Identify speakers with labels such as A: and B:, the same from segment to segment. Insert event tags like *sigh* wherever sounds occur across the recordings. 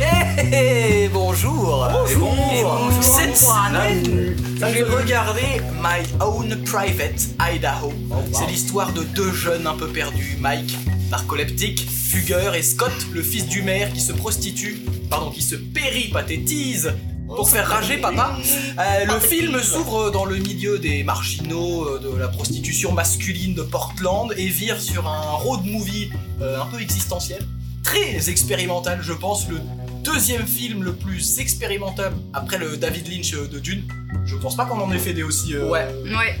A: Hey, Eh, bonjour.
B: Bonjour.
A: Et et
B: Bonjour.
A: Cette semaine, j'ai
B: Salut.
A: regardé My Own Private Idaho. C'est l'histoire de deux jeunes un peu perdus, Mike, narcoleptique, fugueur, et Scott, le fils du maire, qui se prostitue, pardon, qui se péripathétise pour faire rager papa. Euh, le film s'ouvre euh, dans le milieu des marginaux euh, de la prostitution masculine de Portland et vire sur un road movie euh, un peu existentiel, très expérimental, je pense, le deuxième film le plus expérimental après le David Lynch euh, de Dune. Je pense pas qu'on en ait fait des aussi euh,
B: Ouais.
C: Ouais.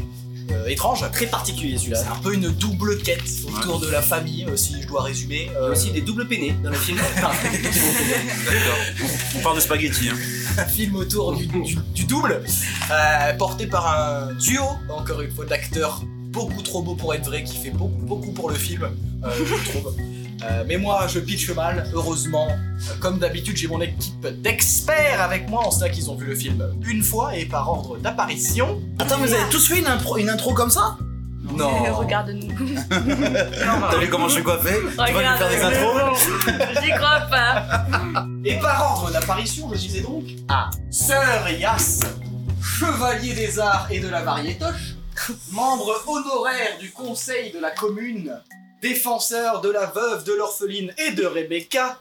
A: euh, étranges.
B: Très particulier celui-là.
A: C'est un peu une double quête autour de la famille, euh, si je dois résumer.
B: Il y
A: Euh,
B: a aussi des doubles peinés dans
A: *laughs*
B: le film.
D: D'accord. On, on parle de spaghetti. Hein.
A: un film autour du, du- du double, euh, porté par un duo, encore une fois, d'acteurs beaucoup trop beaux pour être vrai, qui fait beaucoup, beaucoup pour le film, euh, je trouve. Euh, mais moi, je pitche mal, heureusement. Euh, Comme d'habitude, j'ai mon équipe d'experts avec moi. On sait qu'ils ont vu le film une fois et par ordre d'apparition.
E: Attends, vous avez tous fait une, impro- une intro comme ça
C: Euh, *laughs*
A: *laughs*
C: Regarde-nous.
D: T'as vu comment je suis coiffé Tu vas lui faire des
C: *laughs*
D: intros
C: intros J'y crois pas.
A: Et par ordre d'apparition, je disais donc à Sœur Yass, chevalier des arts et de la variétoche, membre honoraire du conseil de la commune, défenseur de la veuve, de l'orpheline et de Rebecca,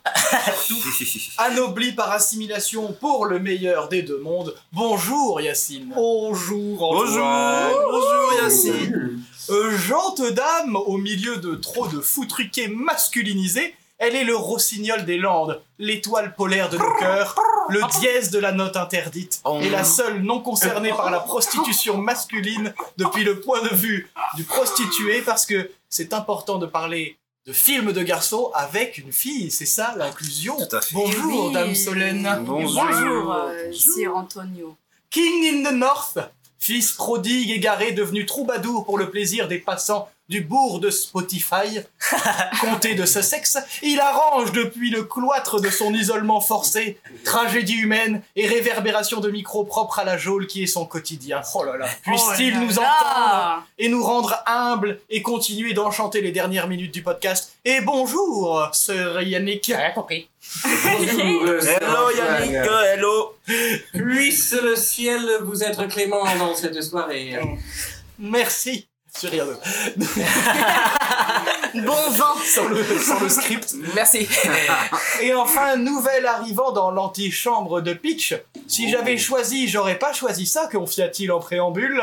A: *laughs* anobli par assimilation pour le meilleur des deux mondes. Bonjour Yacine. Bonjour
D: Bonjour Bonjour Yacine
A: euh, Jante dame, au milieu de trop de foutruqués masculinisés, elle est le rossignol des Landes, l'étoile polaire de nos cœurs, le dièse de la note interdite,
D: Oh.
A: et la seule non concernée par la prostitution masculine depuis le point de vue du prostitué, parce que c'est important de parler de films de garçons avec une fille, c'est ça l'inclusion.
D: Tout à fait.
A: Bonjour,
C: Oui.
A: Dame Solène.
D: Bonjour.
C: Bonjour, euh, Sir Antonio.
A: King in the North, fils prodigue égaré devenu troubadour pour le plaisir des passants du bourg de Spotify, comté de Sussex, il arrange depuis le cloître de son isolement forcé, tragédie humaine et réverbération de micros propres à la geôle qui est son quotidien. Oh là là. Puisse-t-il
C: Oh là
A: nous entendre
C: là.
A: et nous rendre humbles et continuer d'enchanter les dernières minutes du podcast. Et bonjour, Sir Yannick.
D: Hello Yannick
B: euh,
D: Hello
B: Puisse le ciel vous être clément dans cette soirée.
A: Merci. Sur rien *laughs* d'autre.
C: Bon vent.
A: sans le, sans le script.
B: Merci.
A: Et enfin, nouvel arrivant dans l'antichambre de Pitch. Si j'avais choisi, j'aurais pas choisi ça, confia-t-il en préambule.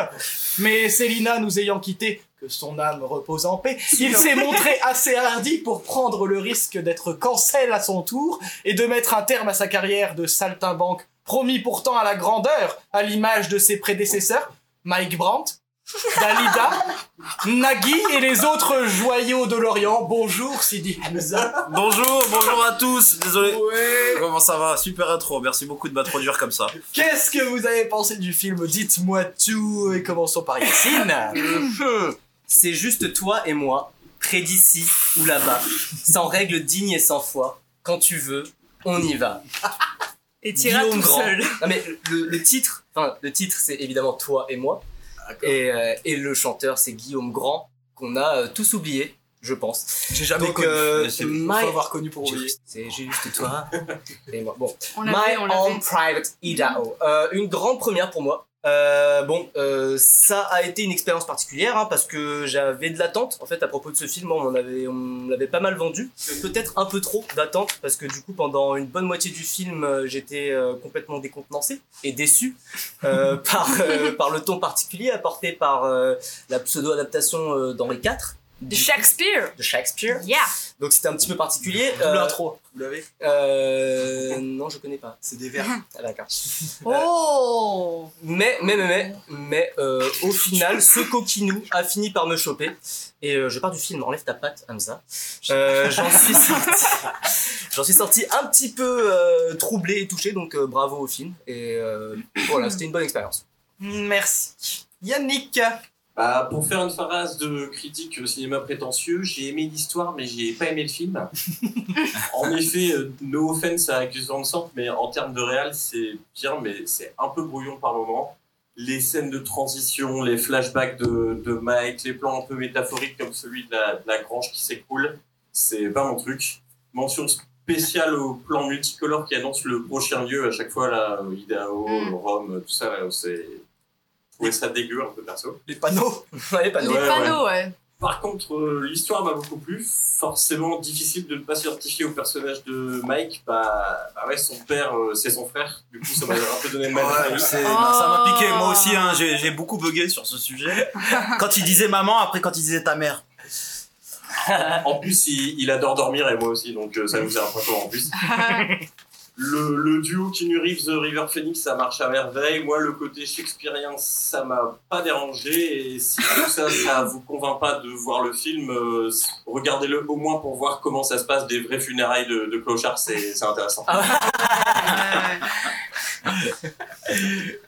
A: Mais Célina nous ayant quittés, que son âme repose en paix, il s'est montré assez hardi pour prendre le risque d'être cancel à son tour et de mettre un terme à sa carrière de saltimbanque, promis pourtant à la grandeur, à l'image de ses prédécesseurs, Mike Brandt, Dalida, Nagui et les autres joyaux de l'Orient. Bonjour Sidi Hamza.
D: Bonjour, bonjour à tous Désolé Comment ça va Super intro, merci beaucoup de m'introduire comme ça.
A: Qu'est-ce que vous avez pensé du film Dites-moi tout et commençons par Yacine.
B: C'est juste toi et moi, près d'ici ou là-bas, sans règles dignes et sans foi. Quand tu veux, on y va.
C: Et
B: Guillaume Grand. Non mais le, le titre, enfin le titre c'est évidemment toi et moi. Et, euh, et le chanteur c'est Guillaume Grand qu'on a euh, tous oublié, je pense.
A: J'ai jamais
B: Donc,
A: connu.
B: euh,
A: Faut
B: My-
A: avoir connu pour oublier.
B: C'est juste
D: *laughs*
B: toi et moi. Bon.
C: On
B: My
C: l'avait, on
B: Own
C: l'avait.
B: Private Idaho. Euh, une grande première pour moi. Euh, bon, euh, ça a été une expérience particulière hein, parce que j'avais de l'attente en fait à propos de ce film. On avait, on l'avait pas mal vendu, peut-être un peu trop d'attente parce que du coup pendant une bonne moitié du film euh, j'étais euh, complètement décontenancé et déçu euh, *laughs* par euh, par le ton particulier apporté par euh, la pseudo-adaptation euh, d'Henri IV
C: De Shakespeare.
B: de Shakespeare.
C: Yeah.
B: Donc c'était un petit peu particulier.
A: Double
B: Euh,
A: intro. Vous l'avez
B: euh, non, je connais pas.
A: C'est des vers.
B: Ah, D'accord.
C: Oh.
B: Mais, mais, mais, mais, mais euh, au final, ce coquinou a fini par me choper. Et euh, je pars du film Enlève ta patte, Hamza. Euh, J'en suis
A: *laughs*
B: sorti. J'en suis sorti un petit peu euh, troublé et touché, donc euh, bravo au film. Et euh, voilà, c'était une bonne expérience.
A: Merci. Yannick.
F: Bah, pour faire une phrase de critique au cinéma prétentieux, j'ai aimé l'histoire, mais j'ai pas aimé le film. en effet, euh, no offense à Gus Van Sant, mais en termes de réal, c'est bien, mais c'est un peu brouillon par moment. Les scènes de transition, les flashbacks de, de Mike, les plans un peu métaphoriques comme celui de la, de la grange qui s'écroule, c'est pas mon truc. Mention spécial au plan multicolore qui annonce le prochain lieu à chaque fois, là, au Idaho,
C: Mm.
F: au Rome, tout ça, là, où c'est. Je trouvais ça dégueu un peu perso.
A: Les panneaux
B: Ouais, pas
C: Les
B: de-
F: Ouais,
C: panneaux, ouais.
F: Par contre, euh, l'histoire m'a beaucoup plu. Forcément, difficile de ne pas s'identifier au personnage de Mike. Bah, bah ouais, son père, euh, c'est son frère. Du coup, ça m'a un peu donné le mal.
D: Ouais, c'est-
A: Oh.
C: Ah.
D: Ça m'a piqué, moi aussi, hein, j'ai j'ai beaucoup bugué sur ce sujet.
E: Quand il disait maman, après quand il disait ta mère.
F: En plus, il, il adore dormir et moi aussi, donc euh, ça nous faisait un point commun en plus. Le, le duo Keanu Reeves, euh, River Phoenix, ça marche à merveille. Moi, le côté shakespearien, ça m'a pas dérangé. Et si tout ça, ça vous convainc pas de voir le film, euh, regardez-le au moins pour voir comment ça se passe des vraies funérailles de, de clochard. C'est c'est intéressant.
C: Ouais.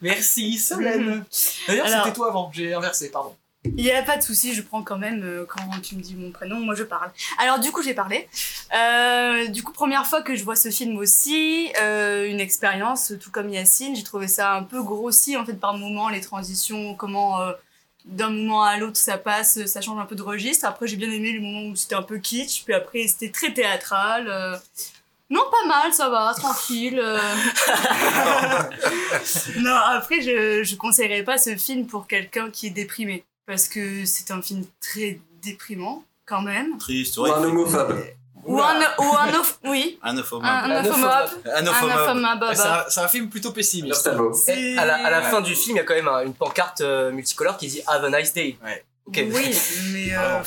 A: Merci Solène. D'ailleurs,
C: Mhm. Alors-
A: c'était toi avant, j'ai inversé, pardon.
C: Il n'y a pas de souci, je prends quand même euh, quand tu me dis mon prénom, moi je parle. Alors du coup j'ai parlé. Euh, du coup première fois que je vois ce film aussi, euh, une expérience tout comme Yacine, j'ai trouvé ça un peu grossi en fait par moments, les transitions, comment euh, d'un moment à l'autre ça passe, ça change un peu de registre. Après j'ai bien aimé le moment où c'était un peu kitsch, puis après c'était très théâtral. euh. Non pas mal, ça va, tranquille. euh. non après je je conseillerais pas ce film pour quelqu'un qui est déprimé parce que c'est un film très déprimant quand même.
D: Triste,
F: Ou
D: ouais.
F: un homophobe.
C: Ou un, ou un oph- oui,
D: Un homme.
C: un, un
B: Un
C: homophobe, un
D: Anophobe.
C: homophobe.
A: Eh, C'est un, c'est un film plutôt pessimiste.
F: Nostalmo.
B: Et À la, à la fin du film, il y a quand même un- une pancarte euh, multicolore qui dit Have a nice day.
A: Ouais.
B: Ok.
C: Oui, mais euh,
A: Alors,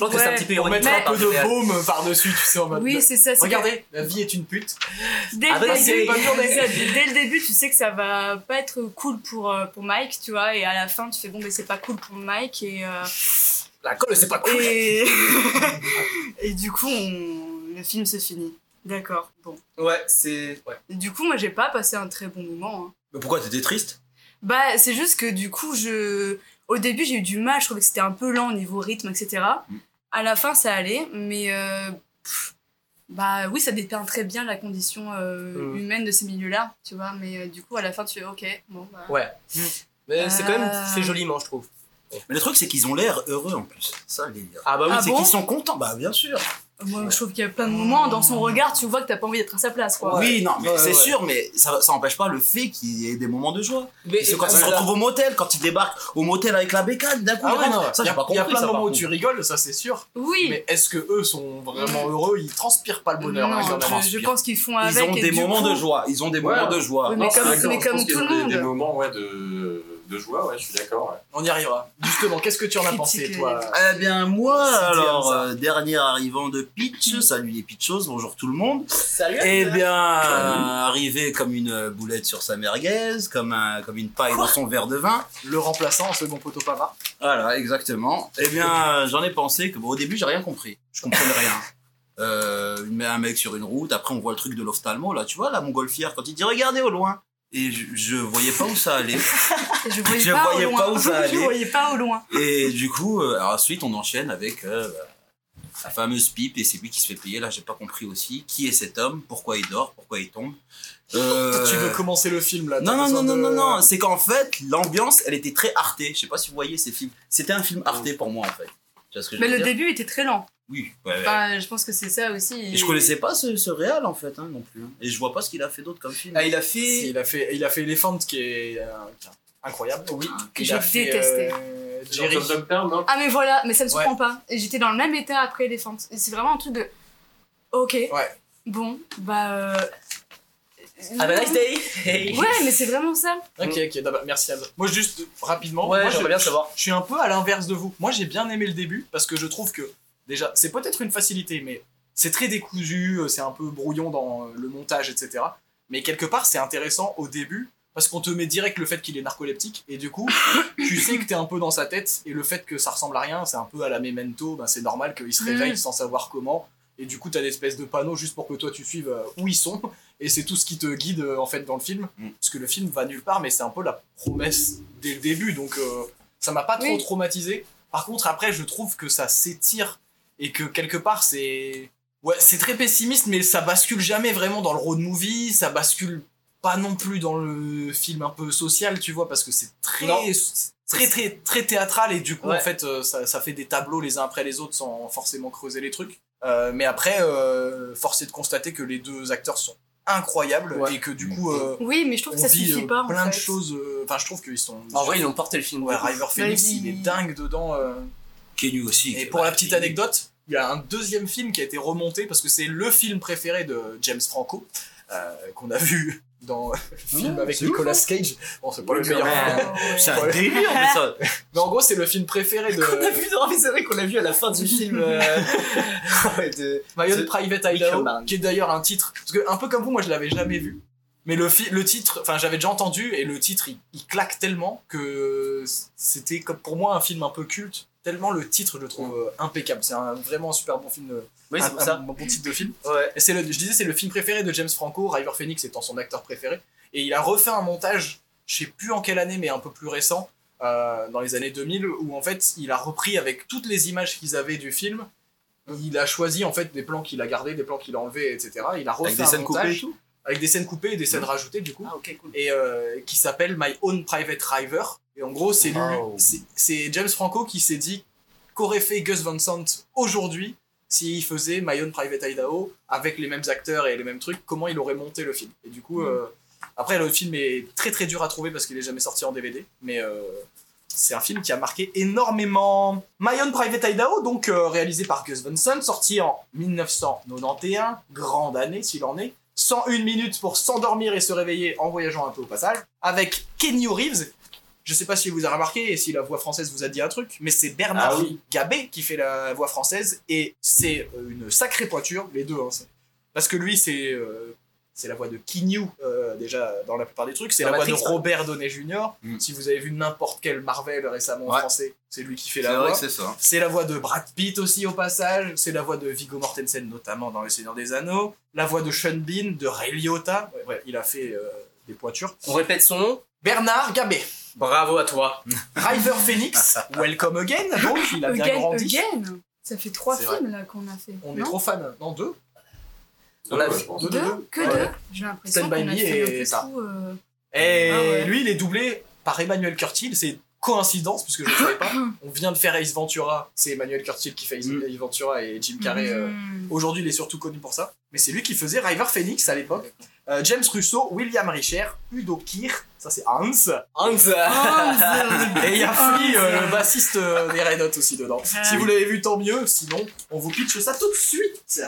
B: Je pense que c'est un petit peu
A: Pour
B: ironique. hein,
A: mettre un
C: Mais-
A: peu de baume par-dessus, tu sais, en mode.
C: oui, c'est ça. c'est
A: Regardez, la vie est une pute.
C: que Dès
B: Ah bah,
C: le,
B: c'est
C: début,
B: une bonne journée.
C: ça, dès le début, tu sais que ça va pas être cool pour euh, pour Mike, tu vois, et à la fin, tu fais bon, mais c'est pas cool pour Mike et euh,
B: La colle, c'est pas cool. *laughs*
C: et, et du coup, on- le film se finit. D'accord. Bon.
B: Ouais, c'est. Ouais.
C: Et du coup, moi, j'ai pas passé un très bon moment. hein.
D: Mais pourquoi t'étais triste
C: Bah, c'est juste que du coup, je... au début, j'ai eu du mal. Je trouvais que c'était un peu lent au niveau rythme, etc.
D: Mm.
C: À la fin, ça allait, mais. euh, pff, bah oui, ça dépeint très bien la condition euh,
B: Mm.
C: humaine de ces milieux-là, tu vois. Mais euh, du coup, à la fin, tu fais ok, bon. Bah.
B: Ouais. Mais c'est quand même
C: Euh.
B: fait joliment, je trouve.
D: Mais le truc, c'est qu'ils ont l'air heureux en plus. Ça, le délire.
B: Ah bah oui,
C: Ah
B: c'est
C: bon
B: qui
D: Ils sont contents, bah bien sûr.
C: Moi, je trouve qu'il y a plein de moments dans son regard, tu vois que t'as pas envie d'être à sa place, quoi.
D: Oui, non, mais
B: Ouais,
D: c'est
B: ouais.
D: sûr, mais ça ça n'empêche pas le fait qu'il y ait des moments de joie.
B: Mais
D: Parce que quand
B: Ah,
D: ils se
B: voilà.
D: retrouvent au motel, quand ils débarquent au motel avec la bécane, d'un coup,
A: Ah
D: ils
A: ouais,
D: rentrent.
A: non,
D: ça
A: il y
D: j'ai
A: a,
D: pas compris.
A: il y a plein
D: ça,
A: de
D: par
A: moments où
D: contre.
A: tu rigoles, ça c'est sûr.
C: Oui. Mm.
A: Mais est-ce que eux sont vraiment heureux Ils transpirent pas le bonheur.
C: Non,
A: hein, quand
C: je-
A: même.
C: je,
D: transpirent.
C: pense qu'ils font avec.
D: Ils ont
C: et
D: des
C: du
D: moments
C: coup-
D: de joie. Ils ont des
F: Ouais.
D: moments de joie.
C: Oui, mais
F: Non, c'est
C: comme-
F: d'accord,
C: mais
F: je
C: comme
F: pense qu'il y a
C: tout le
F: des-
C: monde.
F: Des moments ouais, de, de joie, ouais, je suis d'accord. ouais.
A: On y arrivera. Justement, qu'est-ce que tu en as pensé,
C: Critique,
A: toi
D: Eh bien moi,
A: Sixième,
D: alors
A: ça.
D: euh, dernier arrivant de Pitch, salut les Pitchos, bonjour tout le monde.
B: Salut.
A: *laughs*
D: Eh
A: ben,
D: bien euh, arrivé comme une boulette sur sa merguez, comme un, comme une paille dans son verre de vin.
A: Le remplaçant en second poteau pavard.
D: Voilà exactement. Eh bien euh, j'en ai pensé que bon, au début j'ai rien compris, je comprenais rien. Euh, il met un mec sur une route, après on voit le truc de l'ophtalmo là, tu vois la montgolfière quand il dit regardez au loin. Et je, je voyais pas où ça allait.
C: Et
A: *laughs*
C: Je voyais,
D: Je
C: pas,
D: voyais
C: au
D: pas
C: loin.
D: où ça
C: *laughs* Je
D: allait.
C: voyais pas au loin.
D: Et du coup, euh, alors ensuite, on enchaîne avec euh, la fameuse pipe, et c'est lui qui se fait payer. Là, j'ai pas compris aussi. Qui est cet homme Pourquoi il dort Pourquoi il tombe Euh,
A: Tu veux commencer le film là t'as
D: Non, non,
A: besoin
D: non, non,
A: de-
D: non, non. C'est qu'en fait, l'ambiance, elle était très artée. Je sais pas si vous voyez ces films. C'était un film arté pour moi, en fait. Tu vois ce que je
C: Mais
D: veux
C: le
D: dire
C: début était très lent.
D: Oui, ouais, ouais.
C: Enfin, je pense que c'est ça aussi.
D: Et je connaissais pas ce, ce réal, en fait, hein, non plus. hein. Et je vois pas ce qu'il a fait d'autre comme film.
B: Ah, il a fait.
A: Si, il a fait, il a fait Elephant qui est euh, qui est incroyable. Ah, Oui.
C: Que
A: Il
C: j'ai
A: a fait,
C: détesté.
A: euh,
F: Jerry.
A: Jerry.
F: non
C: Ah mais voilà, mais ça me
A: Ouais.
C: surprend pas. Et J'étais dans le même état après Elephant. Et C'est vraiment un truc de... Ok.
A: Ouais. Ah, bah
C: Bon, bah... Euh...
B: Have a nice day.
C: Ouais, mais c'est vraiment ça.
A: Ok, ok, d'accord, merci Aldo. Moi, juste euh, rapidement,
B: Mm. Ouais,
A: moi, je,
B: j'aimerais bien savoir.
A: je suis un peu à l'inverse de vous. Moi, j'ai bien aimé le début parce que je trouve que, déjà, c'est peut-être une facilité, mais c'est très décousu, euh, c'est un peu brouillon dans euh, le montage, etc. Mais quelque part, c'est intéressant au début parce qu'on te met direct le fait qu'il est narcoleptique et du coup, *coughs* tu sais que t'es un peu dans sa tête et le fait que ça ressemble à rien, c'est un peu à la memento, ben, c'est normal qu'il se
C: Mhm.
A: réveille sans savoir comment. Et du coup, t'as l'espèce de panneau juste pour que toi tu suives euh, où ils sont. Et c'est tout ce qui te guide euh, en fait dans le film.
D: Mm.
A: Parce que le film va nulle part, mais c'est un peu la promesse dès le début. Donc euh, ça m'a pas trop
C: Oui.
A: traumatisé. Par contre, après, je trouve que ça s'étire et que quelque part, c'est. Ouais, c'est très pessimiste, mais ça bascule jamais vraiment dans le road movie. Ça bascule pas non plus dans le film un peu social, tu vois, parce que c'est très.
B: Non.
A: c'est Très, très, très théâtral et du coup,
B: Ouais.
A: en fait, euh, ça, ça fait des tableaux les uns après les autres sans forcément creuser les trucs. Euh, mais après, euh, force est de constater que les deux acteurs sont incroyables
B: Ouais.
A: et que du coup, euh,
C: Oui, mais je trouve
A: on
C: que Mm. ça
A: vit
C: suffit
A: euh,
C: pas. en
A: plein de
C: fait.
A: choses. euh, Enfin, je trouve qu'ils sont.
B: En vrai, ils ont porté le film.
A: Ouais, River Phoenix,
C: Mais
A: il est
C: il-
A: dingue dedans. euh.
D: Kenny aussi.
A: Et pour la petite anecdote, il y a un deuxième film qui a été remonté parce que c'est le film préféré de James Franco euh, qu'on a vu dans euh, le film
E: Ah,
A: avec
E: c'est ouf,
A: Nicolas Cage. Bon, c'est pas le
D: Oui,
A: meilleur.
D: mais-
A: film. *laughs*
D: C'est
C: euh,
A: un
D: un délire, mais ça.
A: Mais en gros, c'est le film préféré de
B: *laughs* Qu'on a vu, non, mais c'est vrai qu'on l'a vu à la fin du film. euh, ouais, de-
A: My Own
B: The
A: Private
B: Wicker
A: Idaho,
B: Man.
A: qui est d'ailleurs un titre. Parce que, un peu comme vous, moi je l'avais jamais vu. Mais le, fi- le titre, enfin j'avais déjà entendu, et le titre il, il claque tellement que c'était comme pour moi un film un peu culte. Tellement le titre je le trouve euh, impeccable. C'est un- vraiment un super bon film, euh,
B: Oui, c'est
A: un,
B: pour ça.
A: un bon titre de film.
B: Ouais.
A: Et c'est le, je disais, c'est le film préféré de James Franco, River Phoenix étant son acteur préféré. Et il a refait un montage, je sais plus en quelle année, mais un peu plus récent, euh, dans les années 2000, où en fait il a repris avec toutes les images qu'ils avaient du film. Il a choisi en fait des plans qu'il a gardés, des plans qu'il a enlevés, etc. Il a refait
D: Avec des
A: un montage,
D: scènes coupées Mmh. et tout.
A: avec des scènes coupées et des scènes rajoutées du coup
B: Ah, ok, cool.
A: et euh, qui s'appelle My Own Private River. Et en gros, c'est lui-
E: Wow.
A: c'est- c'est James Franco qui s'est dit qu'aurait fait Gus Van Sant aujourd'hui s'il faisait My Own Private Idaho avec les mêmes acteurs et les mêmes trucs, comment il aurait monté le film. Et du coup, euh, après, le film est très très dur à trouver parce qu'il est jamais sorti en DVD, mais euh, c'est un film qui a marqué énormément. My Own Private Idaho, donc euh, réalisé par Gus Van Sant, sorti en 1991, grande année s'il en est. 101 minutes pour s'endormir et se réveiller en voyageant un peu au passage, avec Kenny Reeves. Je sais pas si vous avez remarqué et si la voix française vous a dit un truc, mais c'est Bernard
F: Ah oui.
A: Gabé qui fait la voix française et c'est euh, une sacrée pointure, les deux. hein, c'est- Parce que lui, c'est euh, c'est la voix de Kinyu, euh, déjà dans la plupart des trucs, c'est
B: Dans
A: la voix de
B: Matrix, ouais.
A: Robert Downey Jr.
D: Mm.
A: Si vous avez vu n'importe quel Marvel récemment en
D: Ouais.
A: français, c'est lui qui fait
D: C'est
A: la
D: vrai
A: voix.
D: que c'est ça. hein.
A: C'est la voix de Brad Pitt aussi au passage, c'est la voix de Viggo Mortensen notamment dans Le Seigneur des Anneaux, la voix de Sean Bean, de Ray Liotta, Ouais, ouais, il a fait euh, des pointures.
B: On répète son nom.
A: Bernard Gabé,
B: Bravo à toi.
A: River
D: *laughs*
A: Phoenix, Welcome Again, donc il a bien
C: Again,
A: grandi.
C: again. Ça fait trois
A: C'est
C: films là qu'on a fait.
A: On est
C: non
A: trop fans, non deux
B: On a
F: Ouais,
B: vu-
F: je pense.
C: deux,
A: deux, deux.
C: Que
A: Ouais.
C: deux J'ai l'impression
A: Stand By
C: qu'on a
A: Me
C: fait
A: et
C: un peu
A: ça.
C: trop, euh,
A: Et
C: Ah ouais.
A: lui, il est doublé par Emmanuel Curtil. C'est coïncidence, puisque je ne savais
C: *laughs*
A: pas. On vient de faire Ace Ventura. C'est Emmanuel Curtil qui fait Ace
D: Mm.
A: Ace Ventura et Jim Carrey. euh,
C: hmm.
A: Aujourd'hui, il est surtout connu pour ça. Mais c'est lui qui faisait River Phoenix à l'époque. Euh, James Russo, William Richer, Udo Kier, ça c'est Hans.
B: Hans.
C: Hans,
A: *laughs* Et il y a Flea, euh,
C: Hans.
A: le bassiste euh, des Red Hot aussi dedans. Si vous l'avez vu, tant mieux. Sinon, on vous pitche ça tout de suite.
G: C'est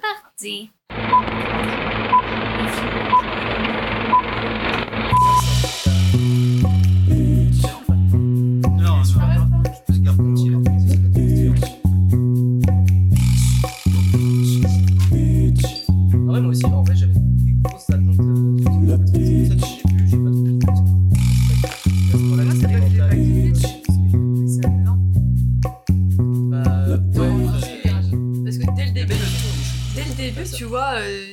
G: parti.
B: Ah ouais, moi aussi, en vrai, j'avais des grosses attentes. euh, sur cette série. Celle que j'ai vue, j'ai pas trop- Parce qu'on l'avait
C: Moi, c'est vrai que j'ai pas
B: expérimentale,
C: Ça, non.
B: euh, bah, ouais,
C: Non,
B: euh,
C: c'est- Parce que dès le début, dès le
B: Pas
C: début,
B: ça.
C: tu vois, euh,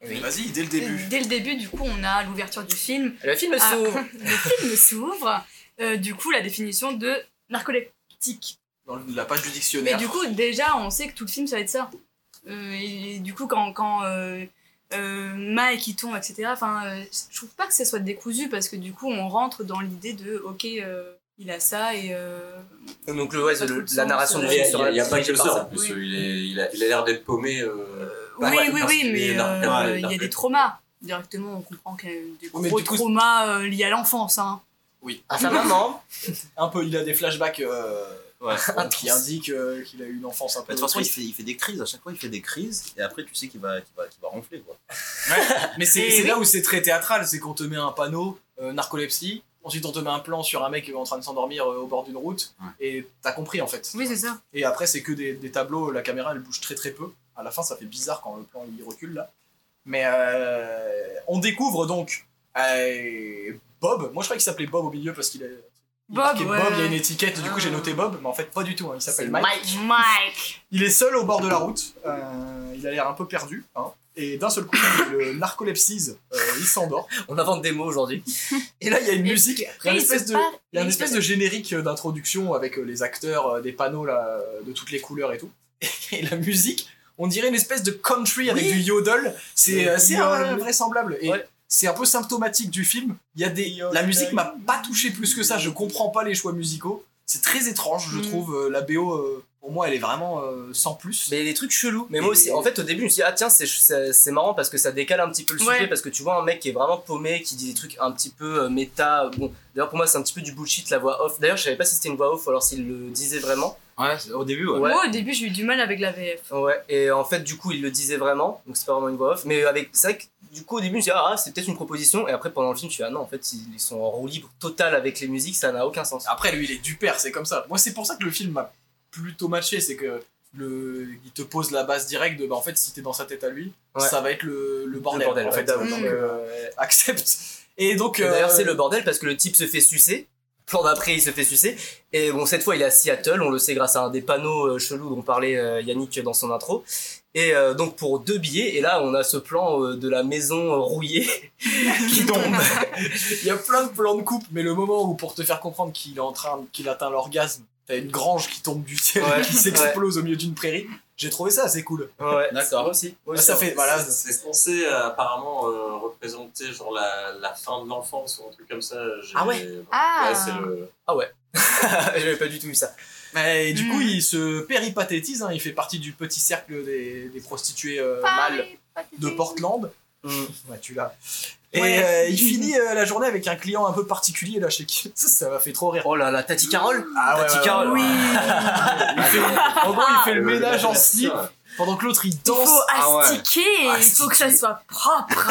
A: Vas-y, dès le
C: dès le début, du coup, on a l'ouverture du film.
B: Le film
C: Ah.
B: s'ouvre.
C: *laughs* Le film s'ouvre. euh, du coup, la définition de narcoleptique.
A: Dans la page du
C: Mais
A: dictionnaire.
C: du coup, déjà, on sait que tout le film, ça va être ça. Euh, et, et du coup, quand, quand euh, euh, Mike il tombe, etc., enfin, euh, je trouve pas que ça soit décousu parce que du coup, on rentre dans l'idée de, ok, euh, il a ça et. euh,
B: Donc, le- ouais,
C: Ça
B: le-
C: trouve
B: la
C: sens,
B: narration
C: c'est
B: du
C: vrai.
F: Il
B: film
F: y a,
B: sera
F: Ah. il y a pas que
B: dirigée par
F: ça.
B: ça.
F: En plus,
C: Oui.
F: euh, il, est- il a il a l'air d'être paumé. euh,
A: bah
C: oui,
F: ouais,
C: oui,
F: parce
C: oui,
F: qu'il est
C: mais
F: narco-
C: euh,
F: ouais,
C: il y a
F: narco-
C: des traumas. Directement, on comprend qu'il y a des
A: Oui, mais
C: gros
A: du coup, c'est-
C: traumas euh, liés à l'enfance. Hein.
B: À sa maman.
A: Un peu, il a des flashbacks euh,
D: Ouais.
A: qui indiquent euh, qu'il a eu une enfance un
D: Bah,
A: peu.
D: De toute façon, il fait, il fait des crises, à chaque fois il fait des crises, et après tu sais qu'il va, qu'il va, qu'il va ronfler. Quoi.
A: Mais c'est
C: Et
A: c'est
C: oui.
A: là où c'est très théâtral, c'est qu'on te met un panneau euh, narcolepsie, ensuite on te met un plan sur un mec en train de s'endormir euh, au bord d'une route,
D: Ouais.
A: et t'as compris en fait.
C: Oui, c'est ça.
A: Et après c'est que des, des tableaux, la caméra elle bouge très très peu. À la fin ça fait bizarre quand le plan il recule là. Mais euh, on découvre donc euh, Bob. Moi je croyais qu'il s'appelait Bob au milieu parce qu'il est il
C: Bob,
A: marquait
C: ouais.
A: Bob, il y a une étiquette, du coup j'ai noté Bob, mais en fait pas du tout, hein, il s'appelle Mike.
C: Mike.
A: Il est seul au bord de la route, euh, il a l'air un peu perdu, hein, et d'un seul coup, le narcolepsise, euh, il s'endort.
B: On invente des mots aujourd'hui.
A: Et là, il y a une
C: Et
A: musique, il y a
C: Et
A: une
C: il se
A: espèce de,
C: parle-
A: il y a une
C: il-
A: espèce de générique euh, d'introduction avec euh, les acteurs, euh, des panneaux là, euh, de toutes les couleurs et tout. *laughs* Et la musique, on dirait une espèce de country avec
B: Oui.
A: du yodel. C'est
B: Euh,
A: assez
B: yodel.
A: vraisemblable. Et
B: Ouais.
A: c'est un peu symptomatique du film. Il y a des, la musique m'a pas touché plus que ça. Je comprends pas les choix musicaux. C'est très étrange, je
C: Mm.
A: trouve. euh, La BO, euh, Pour moi, elle est vraiment euh, sans plus.
B: Mais des trucs chelous. Mais moi aussi, en fait, au début, je me suis dit, ah tiens, c'est- c'est c'est marrant parce que ça décale un petit peu le sujet.
C: Ouais.
B: Parce que tu vois un mec qui est vraiment paumé, qui dit des trucs un petit peu euh, méta. Bon, d'ailleurs, pour moi, c'est un petit peu du bullshit la voix off. D'ailleurs, je savais pas si c'était une voix off ou alors s'il le disait vraiment.
D: Ouais, c'est- au début, ouais.
B: Ouais.
C: Moi, au début, j'ai eu du mal avec la VF.
B: Ouais, et en fait, du coup, il le disait vraiment, donc c'est pas vraiment une voix off. Mais avec, c'est vrai que du coup, au début, je me suis dit, ah, c'est peut-être une proposition. Et après, pendant le film, je me suis dit, ah non, en fait, ils ils sont en roue libre totale avec les musiques, ça n'a aucun sens.
A: Après, lui, il est du père, c'est comme ça. Moi, c'est pour ça que le film m'a plutôt matché, c'est que le, il te pose la base directe de, bah, en fait, si t'es dans sa tête à lui,
B: Ouais.
A: ça va être le, le bordel,
B: bordel,
A: en
B: ouais,
A: fait.
B: d'accord.
A: Donc,
C: Mm.
A: euh, accepte. Et donc,
B: Et D'ailleurs,
A: euh,
B: c'est le bordel parce que le type se fait sucer. Plan d'après, il se fait sucer. Et bon, cette fois, il est à Seattle. On le sait grâce à un des panneaux euh, chelous dont parlait euh, Yannick dans son intro. Et euh, donc, pour deux billets. Et là, on a ce plan euh, de la maison
C: *laughs*
B: euh, rouillée qui tombe.
A: il y a plein de plans de coupe, mais le moment où, pour te faire comprendre qu'il est en train, qu'il atteint l'orgasme, t'as une grange qui tombe du ciel,
B: Ouais.
A: qui s'explose au milieu d'une prairie, j'ai trouvé ça assez cool.
B: Ouais. Ah,
D: D'accord.
B: Moi aussi. Moi aussi.
A: ça fait, voilà,
F: C'est censé euh, apparemment euh, représenter genre la, la fin de l'enfance ou un truc comme ça. j'ai-
B: Ah ouais
C: Ah.
F: Ouais, c'est le...
B: J'avais pas du tout vu ça.
A: Mais du
C: Mm.
A: coup, il se péripathétise, hein, il fait partie du petit cercle des, des prostituées euh, mâles de Portland.
B: hein. Mm.
A: Ouais, tu l'as. Et
C: Ouais.
A: euh, il finit euh, la journée avec un client un peu particulier, là, chez qui *laughs* ça, ça m'a fait trop rire.
B: Oh là là, Tati Carole
A: Ah
B: Tati Carole.
C: Oui.
A: *laughs* Il fait- en gros, il fait le ménage en slip
F: Ah,
A: pendant que l'autre il
C: Il
A: danse.
C: faut
D: Ah ouais.
C: astiquer et il faut que ça soit *laughs* propre.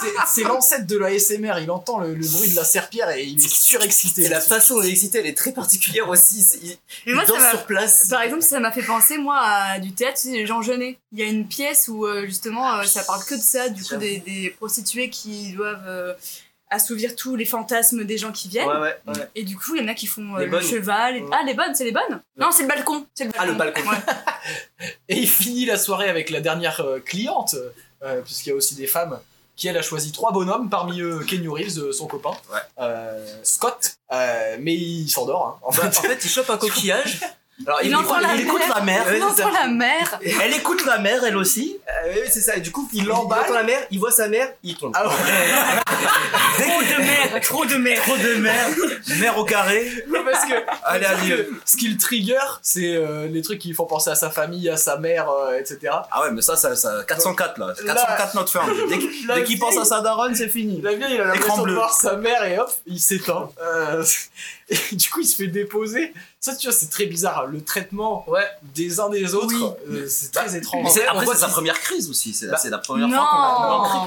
A: C'est- C'est l'ancêtre de la SMR, il entend le, le bruit de la serpillère et il est surexcité.
B: Et la façon dont il est excité, elle est très particulière aussi. C'est- Il,
C: Mais
B: il
C: moi, ça
B: danse
C: m'a-
B: sur place.
C: Par exemple, ça m'a fait penser, moi, à du théâtre, tu sais, Jean Genet. Il y a une pièce où, euh, justement, euh, ça parle que de ça, du coup,
B: J'avoue.
C: des, des prostituées qui doivent euh, assouvir tous les fantasmes des gens qui viennent.
B: ouais, ouais.
C: Et du coup, il y en a qui font euh,
B: Les
C: le
B: bonnes.
C: cheval. et-
B: Ouais.
C: Ah, les bonnes, c'est les bonnes Non, c'est le balcon. C'est le balcon.
B: Ah, le balcon.
C: Ouais.
A: Et il finit la soirée avec la dernière euh, cliente, euh, puisqu'il y a aussi des femmes, qui elle a choisi trois bonhommes, parmi eux Kenny Reeves, euh, son copain,
D: Ouais.
A: euh, Scott, euh, mais il s'endort. hein. En
B: Bah,
A: fait,
B: en fait, il chope un coquillage. Alors,
C: Il
B: Ah, il,
C: entend la
B: il écoute
C: mer.
B: la mer.
C: On
B: Ouais, c'est ça.
C: entend la mer.
E: Elle écoute la mère, elle aussi.
B: Euh, oui, c'est ça. Et du coup, il,
A: l'emballe.
B: entend la mer, il voit sa mère, il tombe.
A: Ah
B: *laughs*
A: ouais.
C: Trop de mer, trop de mer.
E: Trop de mère. mère au carré.
A: parce que
E: Allez, adieu.
A: ce qui le euh, trigger, c'est euh, les trucs qui font penser à sa famille, à sa mère, euh, etc.
D: Ah ouais, mais ça, ça, ça 404 là. 404 notre ferme. Dès que-
A: La
D: dès qu'il pense à sa daronne, c'est fini.
A: La vieille, il a
D: Écran
A: l'impression de
D: bleu.
A: voir sa mère et hop, il s'éteint. *laughs* Euh, et du coup, il se fait déposer. Ça, tu vois, c'est très bizarre. hein, Le traitement
B: Ouais.
A: des uns des autres, euh, c'est très
D: Mais
A: étrange.
D: c'est-
B: On
D: après,
B: voit
D: c'est sa première crise aussi. C'est
A: Bah,
D: c'est la
C: Non,
D: première fois qu'on l'a.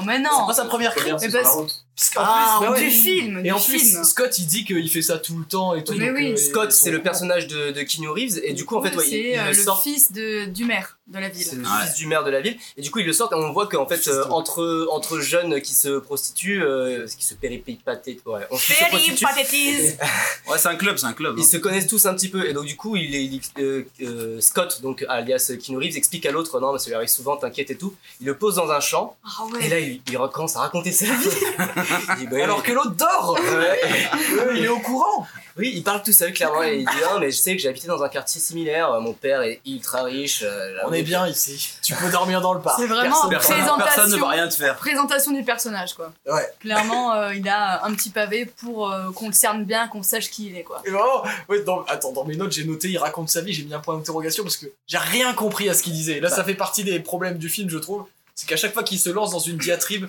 C: mais
D: C'est
C: non.
D: pas sa première crise.
F: c'est
C: Mais
F: sur la
C: parce-
F: route.
A: Parce qu'en
B: Ah,
A: plus, bah ouais.
C: Du film,
A: Et
C: du
A: en plus,
C: film.
A: Scott, il dit qu'il fait ça tout le temps et tout.
C: Mais
A: donc,
C: oui.
A: euh,
B: Scott,
A: ils sont-
B: c'est le personnage de, de Keanu Reeves, et du coup, en fait, ouais, il,
C: c'est
B: il
C: euh,
B: le
C: le
B: sort.
C: fils de, du maire de la
B: C'est
C: ville.
B: le
D: Ouais.
B: fils du maire de la ville, et du coup, il le sort, et on voit qu'en fait, euh, entre, entre jeunes qui se prostituent, euh, qui se péripathétisent, ouais, on se prostitue,
C: pathétise.
D: Ouais, c'est un club, c'est un club. hein.
B: ils se connaissent tous un petit peu, et donc, du coup, il, est- il est- euh, euh, Scott, donc alias Keanu Reeves, explique à l'autre, non, mais ça lui arrive souvent, t'inquiète et tout, il le pose dans un champ,
C: Ah
B: et
C: ouais.
B: là, il, il recommence à raconter
C: *laughs*
B: sa vie. Il dit, bah,
A: Alors que l'autre *laughs* dort
B: ouais.
A: Euh, Il est au courant
B: Oui, il parle tout seul, clairement. Et il dit Non, mais je sais que j'habitais dans un quartier similaire. euh, Mon père est ultra riche. euh, là-
A: On est bien ici. Tu peux dormir dans le parc.
C: C'est vraiment
D: Personne,
C: présentation.
D: personne ne va rien te faire.
C: Présentation du personnage, quoi.
A: Ouais.
C: Clairement, euh, il a un petit pavé pour euh, qu'on le cerne bien, qu'on sache qui il est, quoi.
A: Et vraiment, ouais, dans- attends, dans mes notes, j'ai noté, il raconte sa vie, j'ai mis un point d'interrogation parce que j'ai rien compris à ce qu'il disait.
C: Bah.
A: Là, ça fait partie des problèmes du film, je trouve. C'est qu'à chaque fois qu'il se lance dans une diatribe,